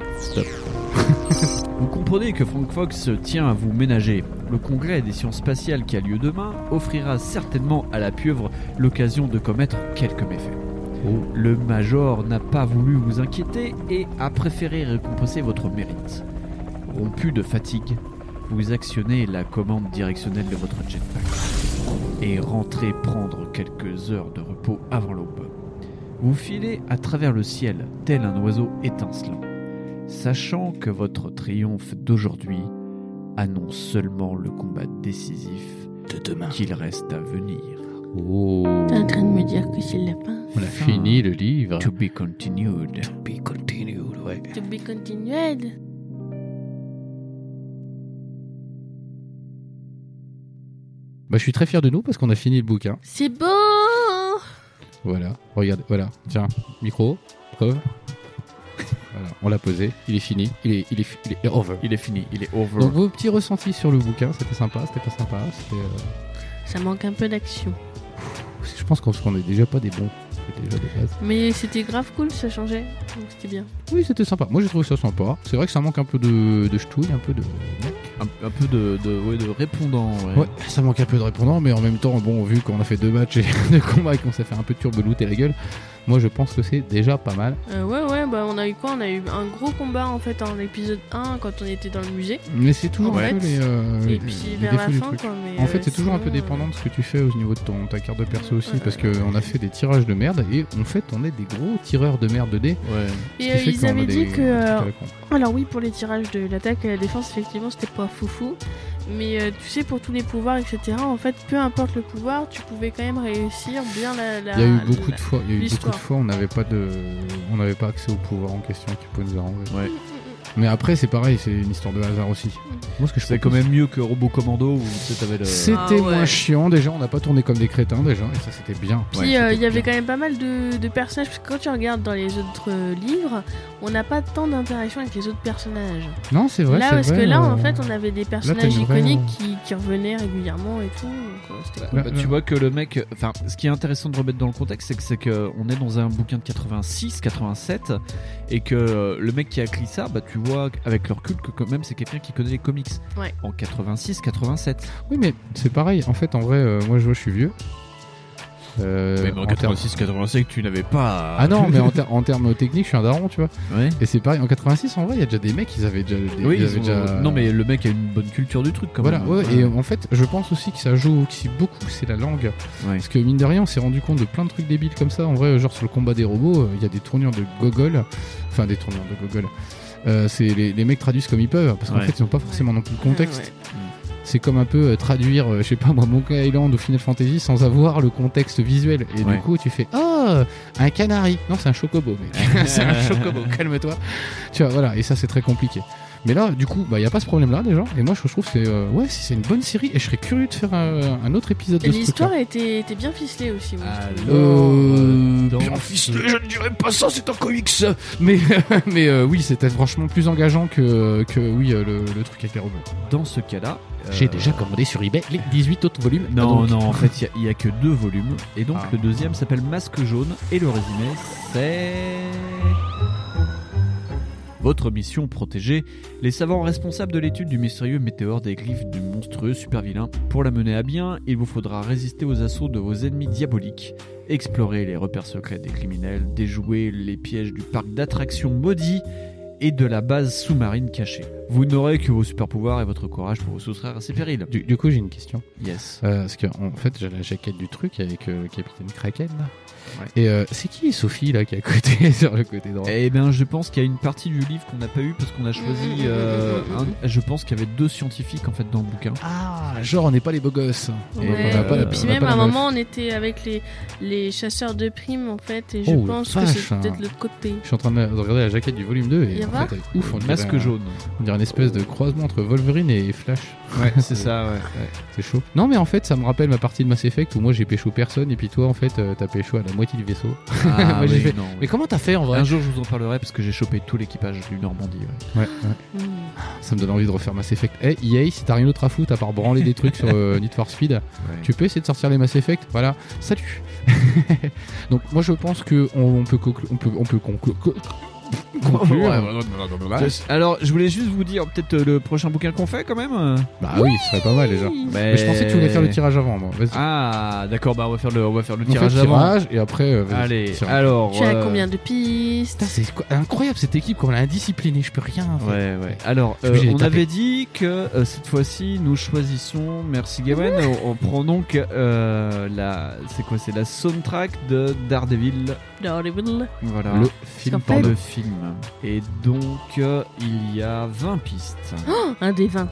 Speaker 6: Vous comprenez que Frank Fox tient à vous ménager. Le congrès des sciences spatiales qui a lieu demain offrira certainement à la pieuvre l'occasion de commettre quelques méfaits. Le major n'a pas voulu vous inquiéter et a préféré récompenser votre mérite. Rompu de fatigue, vous actionnez la commande directionnelle de votre jetpack et rentrez prendre quelques heures de repos avant l'aube. Vous filez à travers le ciel, tel un oiseau étincelant sachant que votre triomphe d'aujourd'hui annonce seulement le combat décisif
Speaker 4: De demain.
Speaker 6: qu'il reste à venir.
Speaker 3: Oh.
Speaker 2: T'es en train de me dire que c'est le lapin.
Speaker 3: On a fini le livre.
Speaker 6: To be continued.
Speaker 4: Be continued, ouais.
Speaker 2: To be continued.
Speaker 3: Bah, je suis très fier de nous parce qu'on a fini le bouquin.
Speaker 2: C'est beau
Speaker 3: Voilà. Regarde, voilà. Tiens, micro, preuve. Voilà, on l'a posé. Il est fini. Il est, il est, il est over.
Speaker 6: Il est fini, il est over.
Speaker 3: Donc vos petits ressentis sur le bouquin, c'était sympa, c'était pas sympa. c'était, euh,
Speaker 2: Ça manque un peu d'action.
Speaker 3: Je pense qu'on qu'on est déjà pas des bons. C'était déjà des bases.
Speaker 2: Mais c'était grave cool, ça changeait. Donc c'était bien.
Speaker 3: Oui, c'était sympa. Moi, j'ai trouvé ça sympa. C'est vrai que ça manque un peu de, de ch'touille, un peu de.
Speaker 6: un, un peu de, de, ouais, de répondant. ouais.
Speaker 3: Ouais, ça manque un peu de répondants, mais en même temps, bon, vu qu'on a fait deux matchs et [laughs] de combat et qu'on s'est fait un peu turbelouter la gueule, moi, je pense que c'est déjà pas mal.
Speaker 2: Euh, ouais, ouais, bah on a eu quoi On a eu un gros combat en fait en épisode 1 quand on était dans le musée.
Speaker 3: Mais c'est toujours
Speaker 2: En
Speaker 3: un
Speaker 2: fait,
Speaker 3: peu les, euh, les-
Speaker 2: et puis
Speaker 3: les
Speaker 2: vers
Speaker 3: défauts
Speaker 2: la
Speaker 3: du
Speaker 2: fin,
Speaker 3: truc.
Speaker 2: quoi. Mais
Speaker 3: En
Speaker 2: euh,
Speaker 3: fait, c'est toujours un peu
Speaker 2: sinon,
Speaker 3: dépendant de ce que tu fais au niveau de ton, ta carte de perso aussi,
Speaker 2: Ouais,
Speaker 3: parce
Speaker 2: ouais,
Speaker 3: qu'on a fait des tirages de merde, et en fait, on est des gros tireurs de merde de dés.
Speaker 2: euh,
Speaker 3: ce
Speaker 2: Et
Speaker 3: qui
Speaker 2: euh,
Speaker 3: fait qu'on
Speaker 2: ils
Speaker 3: a
Speaker 2: avaient
Speaker 3: des-
Speaker 2: dit que.
Speaker 3: des trucs
Speaker 2: euh,
Speaker 3: à la con.
Speaker 2: alors, oui, pour les tirages de l'attaque et la défense, effectivement, c'était pas foufou. Mais euh, tu sais, pour tous les pouvoirs, etc., en fait, peu importe le pouvoir, tu pouvais quand même réussir bien la. la-
Speaker 3: Il y a eu
Speaker 2: la-
Speaker 3: beaucoup de fois, il y a eu beaucoup
Speaker 2: Ah, l'histoire.
Speaker 3: de fois, on n'avait pas de, on n'avait pas accès au pouvoir en question qui pouvait nous arranger.
Speaker 6: Ouais.
Speaker 3: Mais après, c'est pareil, c'est une histoire de hasard aussi. Moi, ce que je
Speaker 6: C'est quand
Speaker 3: propose-
Speaker 6: même mieux que Robot Commando où tu sais, t'avais le.
Speaker 3: C'était
Speaker 2: Ah ouais.
Speaker 3: moins chiant déjà, on n'a pas tourné comme des crétins déjà, et ça c'était bien.
Speaker 2: Puis
Speaker 6: Ouais,
Speaker 2: euh, il
Speaker 6: c'était
Speaker 2: y avait
Speaker 6: bien.
Speaker 2: quand même pas mal de, de personnages, parce que quand tu regardes dans les autres euh, livres, on n'a pas tant d'interaction avec les autres personnages.
Speaker 3: Non, c'est vrai.
Speaker 2: là,
Speaker 3: c'est
Speaker 2: parce
Speaker 3: vrai,
Speaker 2: que là,
Speaker 3: euh,
Speaker 2: en fait, on avait des personnages
Speaker 3: une vraie-
Speaker 2: iconiques qui, qui revenaient régulièrement et tout. donc, euh, c'était cool.
Speaker 6: Bah, tu vois que le mec, enfin, ce qui est intéressant de remettre dans le contexte, c'est que c'est que on est dans un bouquin de 86, 87, et que euh, le mec qui a écrit ça, bah, tu vois avec le recul que quand même c'est quelqu'un qui connaît les comics.
Speaker 2: Ouais.
Speaker 6: En 86, 87.
Speaker 3: Oui, mais c'est pareil. En fait, en vrai, euh, moi je vois, je suis vieux. Euh,
Speaker 6: mais en
Speaker 3: en termes-
Speaker 6: 86-85, tu n'avais pas. euh,
Speaker 3: Ah non, mais en, ter- en termes techniques, je suis un daron, tu vois.
Speaker 6: Ouais.
Speaker 3: Et c'est pareil, en 86, en vrai, il y a déjà des mecs, ils avaient déjà. Des,
Speaker 6: Oui,
Speaker 3: ils
Speaker 6: ils
Speaker 3: avaient
Speaker 6: ont-
Speaker 3: déjà...
Speaker 6: non, mais le mec a une bonne culture du truc quand
Speaker 3: Voilà,
Speaker 6: même.
Speaker 3: ouais, et en fait, je pense aussi que ça joue aussi beaucoup, c'est la langue.
Speaker 6: Ouais.
Speaker 3: Parce que mine de rien, on s'est rendu compte de plein de trucs débiles comme ça. En vrai, genre sur le combat des robots, euh, il y a des tournures de gogol. Enfin, des tournures de gogol. Euh, c'est les, les mecs traduisent comme ils peuvent, parce qu'en
Speaker 6: Ouais.
Speaker 3: fait, ils n'ont pas forcément non plus le contexte.
Speaker 2: Ouais.
Speaker 3: C'est comme un peu euh, traduire, euh, je sais pas moi, Monkey Island ou Final Fantasy sans avoir le contexte visuel. Et
Speaker 6: Ouais.
Speaker 3: du coup, tu fais Oh, un canari. Non, c'est un chocobo, mec. [laughs] c'est un
Speaker 6: [laughs]
Speaker 3: chocobo, calme-toi. Tu vois, voilà, et ça, c'est très compliqué. Mais là, du coup, il n'y a pas ce problème-là déjà. Et moi, je trouve que c'est euh, ouais, si c'est une bonne série. Et je serais curieux de faire un, euh, un autre épisode
Speaker 2: Et
Speaker 3: de ce truc-là.
Speaker 2: L'histoire était, était bien ficelée aussi. moi, je trouve.
Speaker 3: Euh,
Speaker 6: dans-
Speaker 3: bien
Speaker 5: Ficelé, je ne dirais pas ça, c'est un comics.
Speaker 3: Mais, [laughs] mais euh, oui, c'était franchement plus engageant que, que oui, euh, le, le truc avec les robots.
Speaker 6: Dans ce cas-là. euh,
Speaker 3: commandé sur eBay les 18 autres volumes.
Speaker 6: Non, non, en fait, il n'y a, que deux volumes. Et donc,
Speaker 3: Bah Ah.
Speaker 6: le deuxième s'appelle Masque jaune. Et le résumé, c'est. Votre mission protéger les savants responsables de l'étude du mystérieux météore des glyphes du monstrueux super-vilain. Pour la mener à bien, il vous faudra résister aux assauts de vos ennemis diaboliques, explorer les repères secrets des criminels, déjouer les pièges du parc d'attractions maudit et de la base sous-marine cachée. Vous n'aurez que vos super-pouvoirs et votre courage pour vous soustraire à ces périls.
Speaker 3: Du, du coup, j'ai une question.
Speaker 6: Yes.
Speaker 3: Euh, parce que, en fait, j'ai la jaquette du truc avec euh, le capitaine Kraken. Là. Et euh, c'est qui Sophie là qui est à côté [laughs] sur le côté droit
Speaker 6: Eh bien, je pense qu'il y a une partie du livre qu'on n'a pas eu parce qu'on a choisi. euh, un- je pense qu'il y avait deux scientifiques en fait dans le bouquin.
Speaker 3: Ah, genre on n'est pas les beaux gosses.
Speaker 6: Et
Speaker 2: Ouais.
Speaker 6: on a pas la-
Speaker 2: Puis
Speaker 6: on a
Speaker 2: même
Speaker 3: pas
Speaker 2: à
Speaker 3: la
Speaker 2: un
Speaker 3: meuf.
Speaker 2: moment, on était avec les, les chasseurs de primes en fait, et je
Speaker 3: Oh, la
Speaker 2: pense que
Speaker 3: vache,
Speaker 2: c'est
Speaker 3: hein.
Speaker 2: peut-être l'autre côté.
Speaker 3: Je suis en train de regarder la jaquette du volume 2 et
Speaker 2: Il
Speaker 3: en
Speaker 2: va
Speaker 3: fait, elle est ouf, on dirait,
Speaker 6: Masque
Speaker 3: un-
Speaker 6: jaune.
Speaker 3: on dirait une espèce de croisement entre Wolverine et Flash. [laughs]
Speaker 4: Ouais, c'est ça, ouais.
Speaker 3: C'est chaud. Non, mais en fait, ça me rappelle ma partie de Mass Effect où moi j'ai pécho personne et puis toi en fait euh, t'as pécho à la moitié du vaisseau.
Speaker 6: [laughs] Ah,
Speaker 3: Moi, j'ai
Speaker 6: oui,
Speaker 3: fait-
Speaker 6: non, oui.
Speaker 3: Mais comment t'as fait en vrai
Speaker 6: Un jour, je vous en parlerai parce que j'ai chopé tout l'équipage du Normandie. ouais.
Speaker 3: Ouais, ouais. Ça me donne envie de refaire Mass Effect. Eh, EA, si t'as rien d'autre à foutre à part branler des trucs sur euh, Need for Speed, tu peux essayer de sortir les Mass Effect. Voilà, salut. [laughs] Donc moi je pense que on, on peut conclu- on peut on peut conclu- co- conclure.
Speaker 6: Je- Alors, je voulais juste vous dire peut-être euh, le prochain bouquin qu'on fait quand même. euh.
Speaker 3: Bah oui, ce serait pas mal déjà. Mais je pensais que tu voulais faire le tirage avant moi. Vas-y.
Speaker 6: Ah, d'accord. Bah, on va faire le, on va faire le
Speaker 3: On fait
Speaker 6: tirage
Speaker 3: le
Speaker 6: avant.
Speaker 3: tirage et après euh, vas-y,
Speaker 6: Allez.
Speaker 3: tirage.
Speaker 6: Alors.
Speaker 2: Tu as
Speaker 6: euh,
Speaker 2: combien de pistes
Speaker 3: ah, Putain, c'est quoi- incroyable cette équipe comme elle est indisciplinée, je peux rien. faire.
Speaker 6: Ouais, ouais. Alors,
Speaker 3: Je suis obligé
Speaker 6: euh,
Speaker 3: de
Speaker 6: on
Speaker 3: taper.
Speaker 6: avait dit que euh, cette fois-ci, nous choisissons, merci Gawen, on, on prend donc euh, la, c'est quoi, c'est la soundtrack de Daredevil,
Speaker 2: Daredevil.
Speaker 6: voilà,
Speaker 3: Le film
Speaker 2: qu'en fait-
Speaker 3: porno.
Speaker 6: le film. Et donc, euh, il y a 20
Speaker 3: [gasps]
Speaker 6: pistes.
Speaker 2: Un des
Speaker 3: [laughs]
Speaker 2: 20.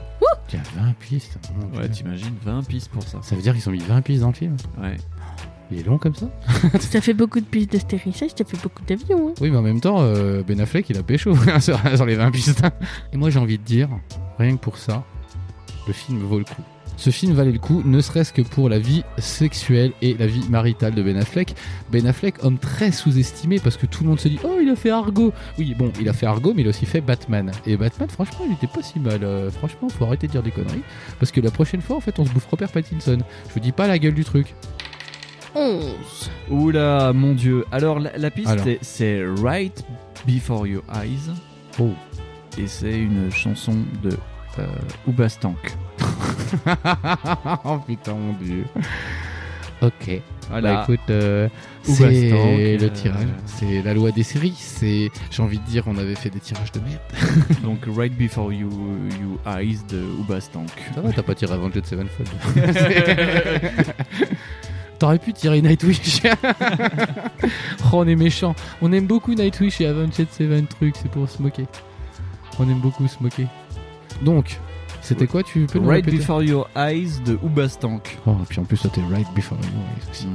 Speaker 3: Il y a 20 pistes. Oh, putain.
Speaker 6: ouais, t'imagines, 20 pistes pour ça.
Speaker 3: Ça veut dire qu'ils ont mis 20 pistes dans le film
Speaker 6: Ouais.
Speaker 3: Il est long comme ça
Speaker 2: ça fait beaucoup de pistes d'atterrissage, ça fait beaucoup d'avions. hein.
Speaker 3: Oui, mais en même temps, euh, Ben Affleck, il a pécho [laughs] sur, sur les 20 pistes. Et moi, j'ai envie de dire, rien que pour ça, le film vaut le coup. Ce film valait le coup, ne serait-ce que pour la vie sexuelle et la vie maritale de Ben Affleck. Ben Affleck, homme très sous-estimé, parce que tout le monde se dit Oh, il a fait Argo Oui, bon, il a fait Argo, mais il a aussi fait Batman. Et Batman, franchement, il était pas si mal. Euh, franchement, faut arrêter de dire des conneries. Parce que la prochaine fois, en fait, on se bouffe Robert Pattinson. Je vous dis pas la gueule du truc.
Speaker 2: 11.
Speaker 6: Oula, mon dieu. Alors, la, la piste,
Speaker 3: Alors.
Speaker 6: c'est- c'est Right Before Your Eyes.
Speaker 3: Oh.
Speaker 6: Et c'est une chanson de euh, Oubastank.
Speaker 3: [laughs] oh putain, mon dieu. Ok.
Speaker 6: Voilà.
Speaker 3: Bah écoute, euh,
Speaker 6: Ou
Speaker 3: c'est
Speaker 6: Bastan,
Speaker 3: le
Speaker 6: euh,
Speaker 3: tirage, c'est la loi des séries, c'est j'ai envie de dire on avait fait des tirages de merde.
Speaker 6: [laughs] Donc Right Before You, you Eyes de Oubastank.
Speaker 3: Ça va, t'as pas tiré Avengers Sevenfold. [laughs] T'aurais pu tirer Nightwish. [laughs] oh, on est méchant. On aime beaucoup Nightwish et Avengers Seven truc, c'est pour se moquer. On aime beaucoup se moquer. Donc, c'était quoi tu peux nous
Speaker 6: Right
Speaker 3: répéter
Speaker 6: Before Your Eyes de Oubastank.
Speaker 3: Oh, et puis en plus, toi, t'es right before you Eyes aussi.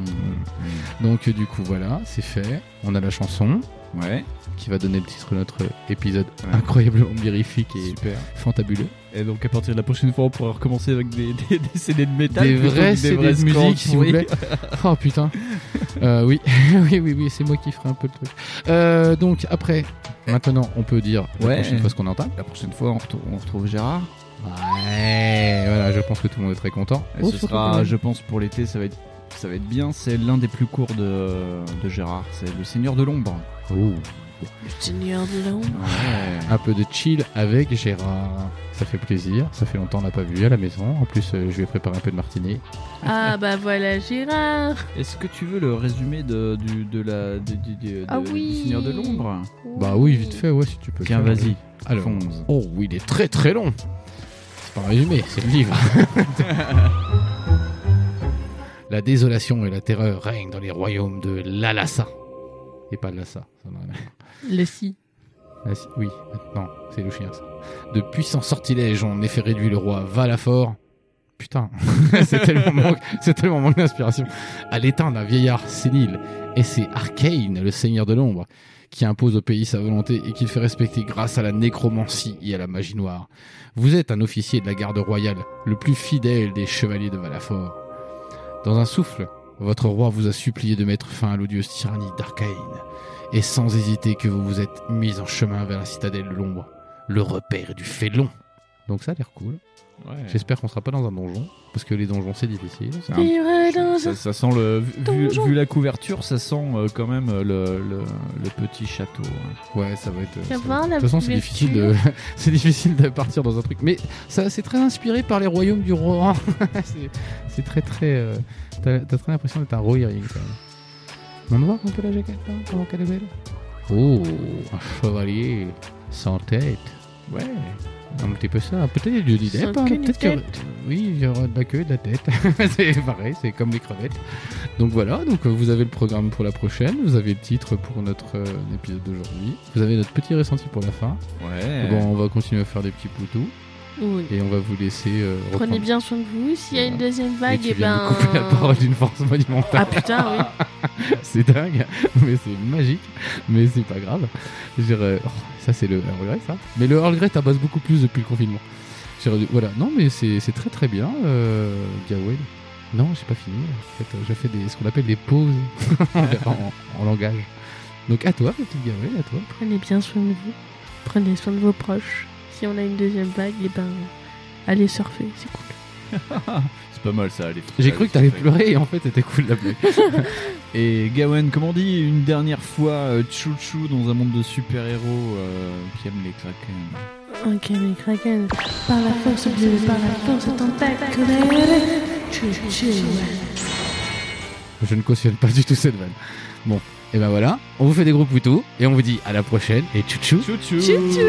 Speaker 3: Donc, euh, du coup, voilà, c'est fait. On a la chanson.
Speaker 6: Ouais.
Speaker 3: qui va donner le titre à notre épisode incroyablement [laughs] vérifique et fantabuleux. [laughs]
Speaker 6: Et donc à partir de la prochaine fois, on pourra recommencer avec des, [laughs] des, des CD de métal.
Speaker 3: Des
Speaker 6: plutôt que
Speaker 3: vrais CD de
Speaker 6: scores
Speaker 3: musique, s'il vous
Speaker 6: pourris.
Speaker 3: plaît. Oh putain. Euh, oui, [laughs] oui, oui, oui, c'est moi qui ferai un peu le truc. Euh, donc après, maintenant, on peut dire la
Speaker 6: Ouais.
Speaker 3: prochaine fois ce qu'on entend.
Speaker 6: La prochaine fois, on retrouve, on retrouve Gérard.
Speaker 3: Ouais, voilà, je pense que tout le monde est très content.
Speaker 6: Et
Speaker 3: Oh,
Speaker 6: ce
Speaker 3: surtout
Speaker 6: sera,
Speaker 3: quand même.
Speaker 6: je pense, pour l'été, ça va être ça va être bien. C'est l'un des plus courts de, de Gérard. C'est Le Seigneur de l'Ombre.
Speaker 3: Oh,
Speaker 7: Le Seigneur de l'ombre.
Speaker 3: Un peu de chill avec Gérard. Ça fait plaisir, ça fait longtemps qu'on l'a pas vu à la maison. En plus, euh, je lui ai préparé un peu de martini.
Speaker 7: Ah bah voilà Gérard.
Speaker 6: Est-ce que tu veux le résumé de, du, de la, du- du- du-
Speaker 7: Ah
Speaker 6: de- du
Speaker 7: oui.
Speaker 6: Seigneur de l'Ombre
Speaker 3: Bah oui, vite fait, ouais, si tu peux.
Speaker 6: Tiens,
Speaker 3: faire.
Speaker 6: vas-y.
Speaker 3: Alors,
Speaker 6: fonce.
Speaker 3: oh, oui, il est très très long. C'est pas un résumé, c'est le livre. [laughs] la désolation et la terreur règnent dans les royaumes de l'Alassa. Et pas Lhasa, ça n'a rien à voir.
Speaker 7: Le si.
Speaker 3: Ah, si- oui, non, c'est le chien ça. De puissants sortilèges ont en effet réduit le roi Valafort. Putain, [laughs] c'est tellement manque, c'est tellement manque d'inspiration. À l'étain d'un vieillard sénile. Et c'est Arcane, le seigneur de l'ombre, qui impose au pays sa volonté et qu'il fait respecter grâce à la nécromancie et à la magie noire. Vous êtes un officier de la garde royale, le plus fidèle des chevaliers de Valafort. Dans un souffle, votre roi vous a supplié de mettre fin à l'odieuse tyrannie d'Arcane et sans hésiter que vous vous êtes mis en chemin vers la citadelle de l'ombre, le repère du félon. Donc ça a l'air cool.
Speaker 6: Ouais.
Speaker 3: J'espère qu'on sera pas dans un donjon, parce que les donjons c'est difficile.
Speaker 6: C'est un-
Speaker 7: Vivre dans
Speaker 6: Ça,
Speaker 7: un...
Speaker 6: ça sent le. Vu,
Speaker 7: Donjon.
Speaker 6: vu la couverture, ça sent euh, quand même euh, le, le- le petit château. hein.
Speaker 3: Ouais, ça va être.
Speaker 7: Ça
Speaker 3: ça va-
Speaker 7: va,
Speaker 3: De
Speaker 7: la
Speaker 3: toute façon, c'est
Speaker 7: couverture.
Speaker 3: difficile de, [laughs] c'est difficile de partir dans un truc. Mais ça, c'est très inspiré par les royaumes du roi. [laughs] c'est, c'est très très. euh, t'as, t'as très l'impression d'être un royering quand même. On va voir un peu la jaquette là, comment qu'elle est belle. Oh, un chevalier sans tête.
Speaker 6: Ouais.
Speaker 3: Un petit peu ça, peut-être je disais
Speaker 7: Sans
Speaker 3: pas,
Speaker 7: queue ni
Speaker 3: hein. peut-être qu'il y aura- oui, il y aura de la queue, et de la tête, [laughs] c'est pareil, c'est comme les crevettes. Donc voilà, donc euh, vous avez le programme pour la prochaine, vous avez le titre pour notre euh, épisode d'aujourd'hui, vous avez notre petit ressenti pour la fin.
Speaker 6: Ouais.
Speaker 3: Bon, on va continuer à faire des petits poutous
Speaker 7: Oui.
Speaker 3: et on va vous laisser euh,
Speaker 7: Prenez
Speaker 3: reprendre.
Speaker 7: bien soin de vous. S'il y a une deuxième
Speaker 3: Mais
Speaker 7: vague,
Speaker 3: tu
Speaker 2: eh
Speaker 7: et
Speaker 3: viens
Speaker 7: ben.
Speaker 3: de couper la parole d'une force monumentale.
Speaker 7: Ah putain, oui.
Speaker 3: [laughs] c'est dingue, mais c'est magique, mais c'est pas grave. Je veux dire, euh, oh, ça c'est le un regret ça. Mais le regret tabasse beaucoup plus depuis le confinement. Je veux dire, Voilà, non mais c'est c'est très très bien, euh, Gawain. Non, j'ai pas fini. En fait, euh, je fais des, ce qu'on appelle des pauses [laughs] en, en- en langage. Donc à toi, petite Gawain, à toi.
Speaker 7: Prenez bien soin de vous. Prenez soin de vos proches. Si on a une deuxième vague, et ben. Allez surfer, c'est cool.
Speaker 6: C'est pas mal ça, allez.
Speaker 3: J'ai cru que t'allais
Speaker 6: pleurer.
Speaker 3: pleurer et en fait c'était cool la blague.
Speaker 6: Et Gawen, comment on dit une dernière fois euh, Chou Chou dans un monde de super-héros euh, qui aime les kraken
Speaker 7: Ok, mais Kraken, par la force de Dieu, par la force de ton tacle. Chou, chou.
Speaker 3: [laughs] Je ne cautionne pas du tout cette vanne. Bon, et ben voilà, on vous fait des gros poutous et on vous dit à la prochaine et tchou tchou.
Speaker 6: Chou Chou
Speaker 7: Chou, chou.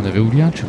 Speaker 3: On avait oublié un tchou.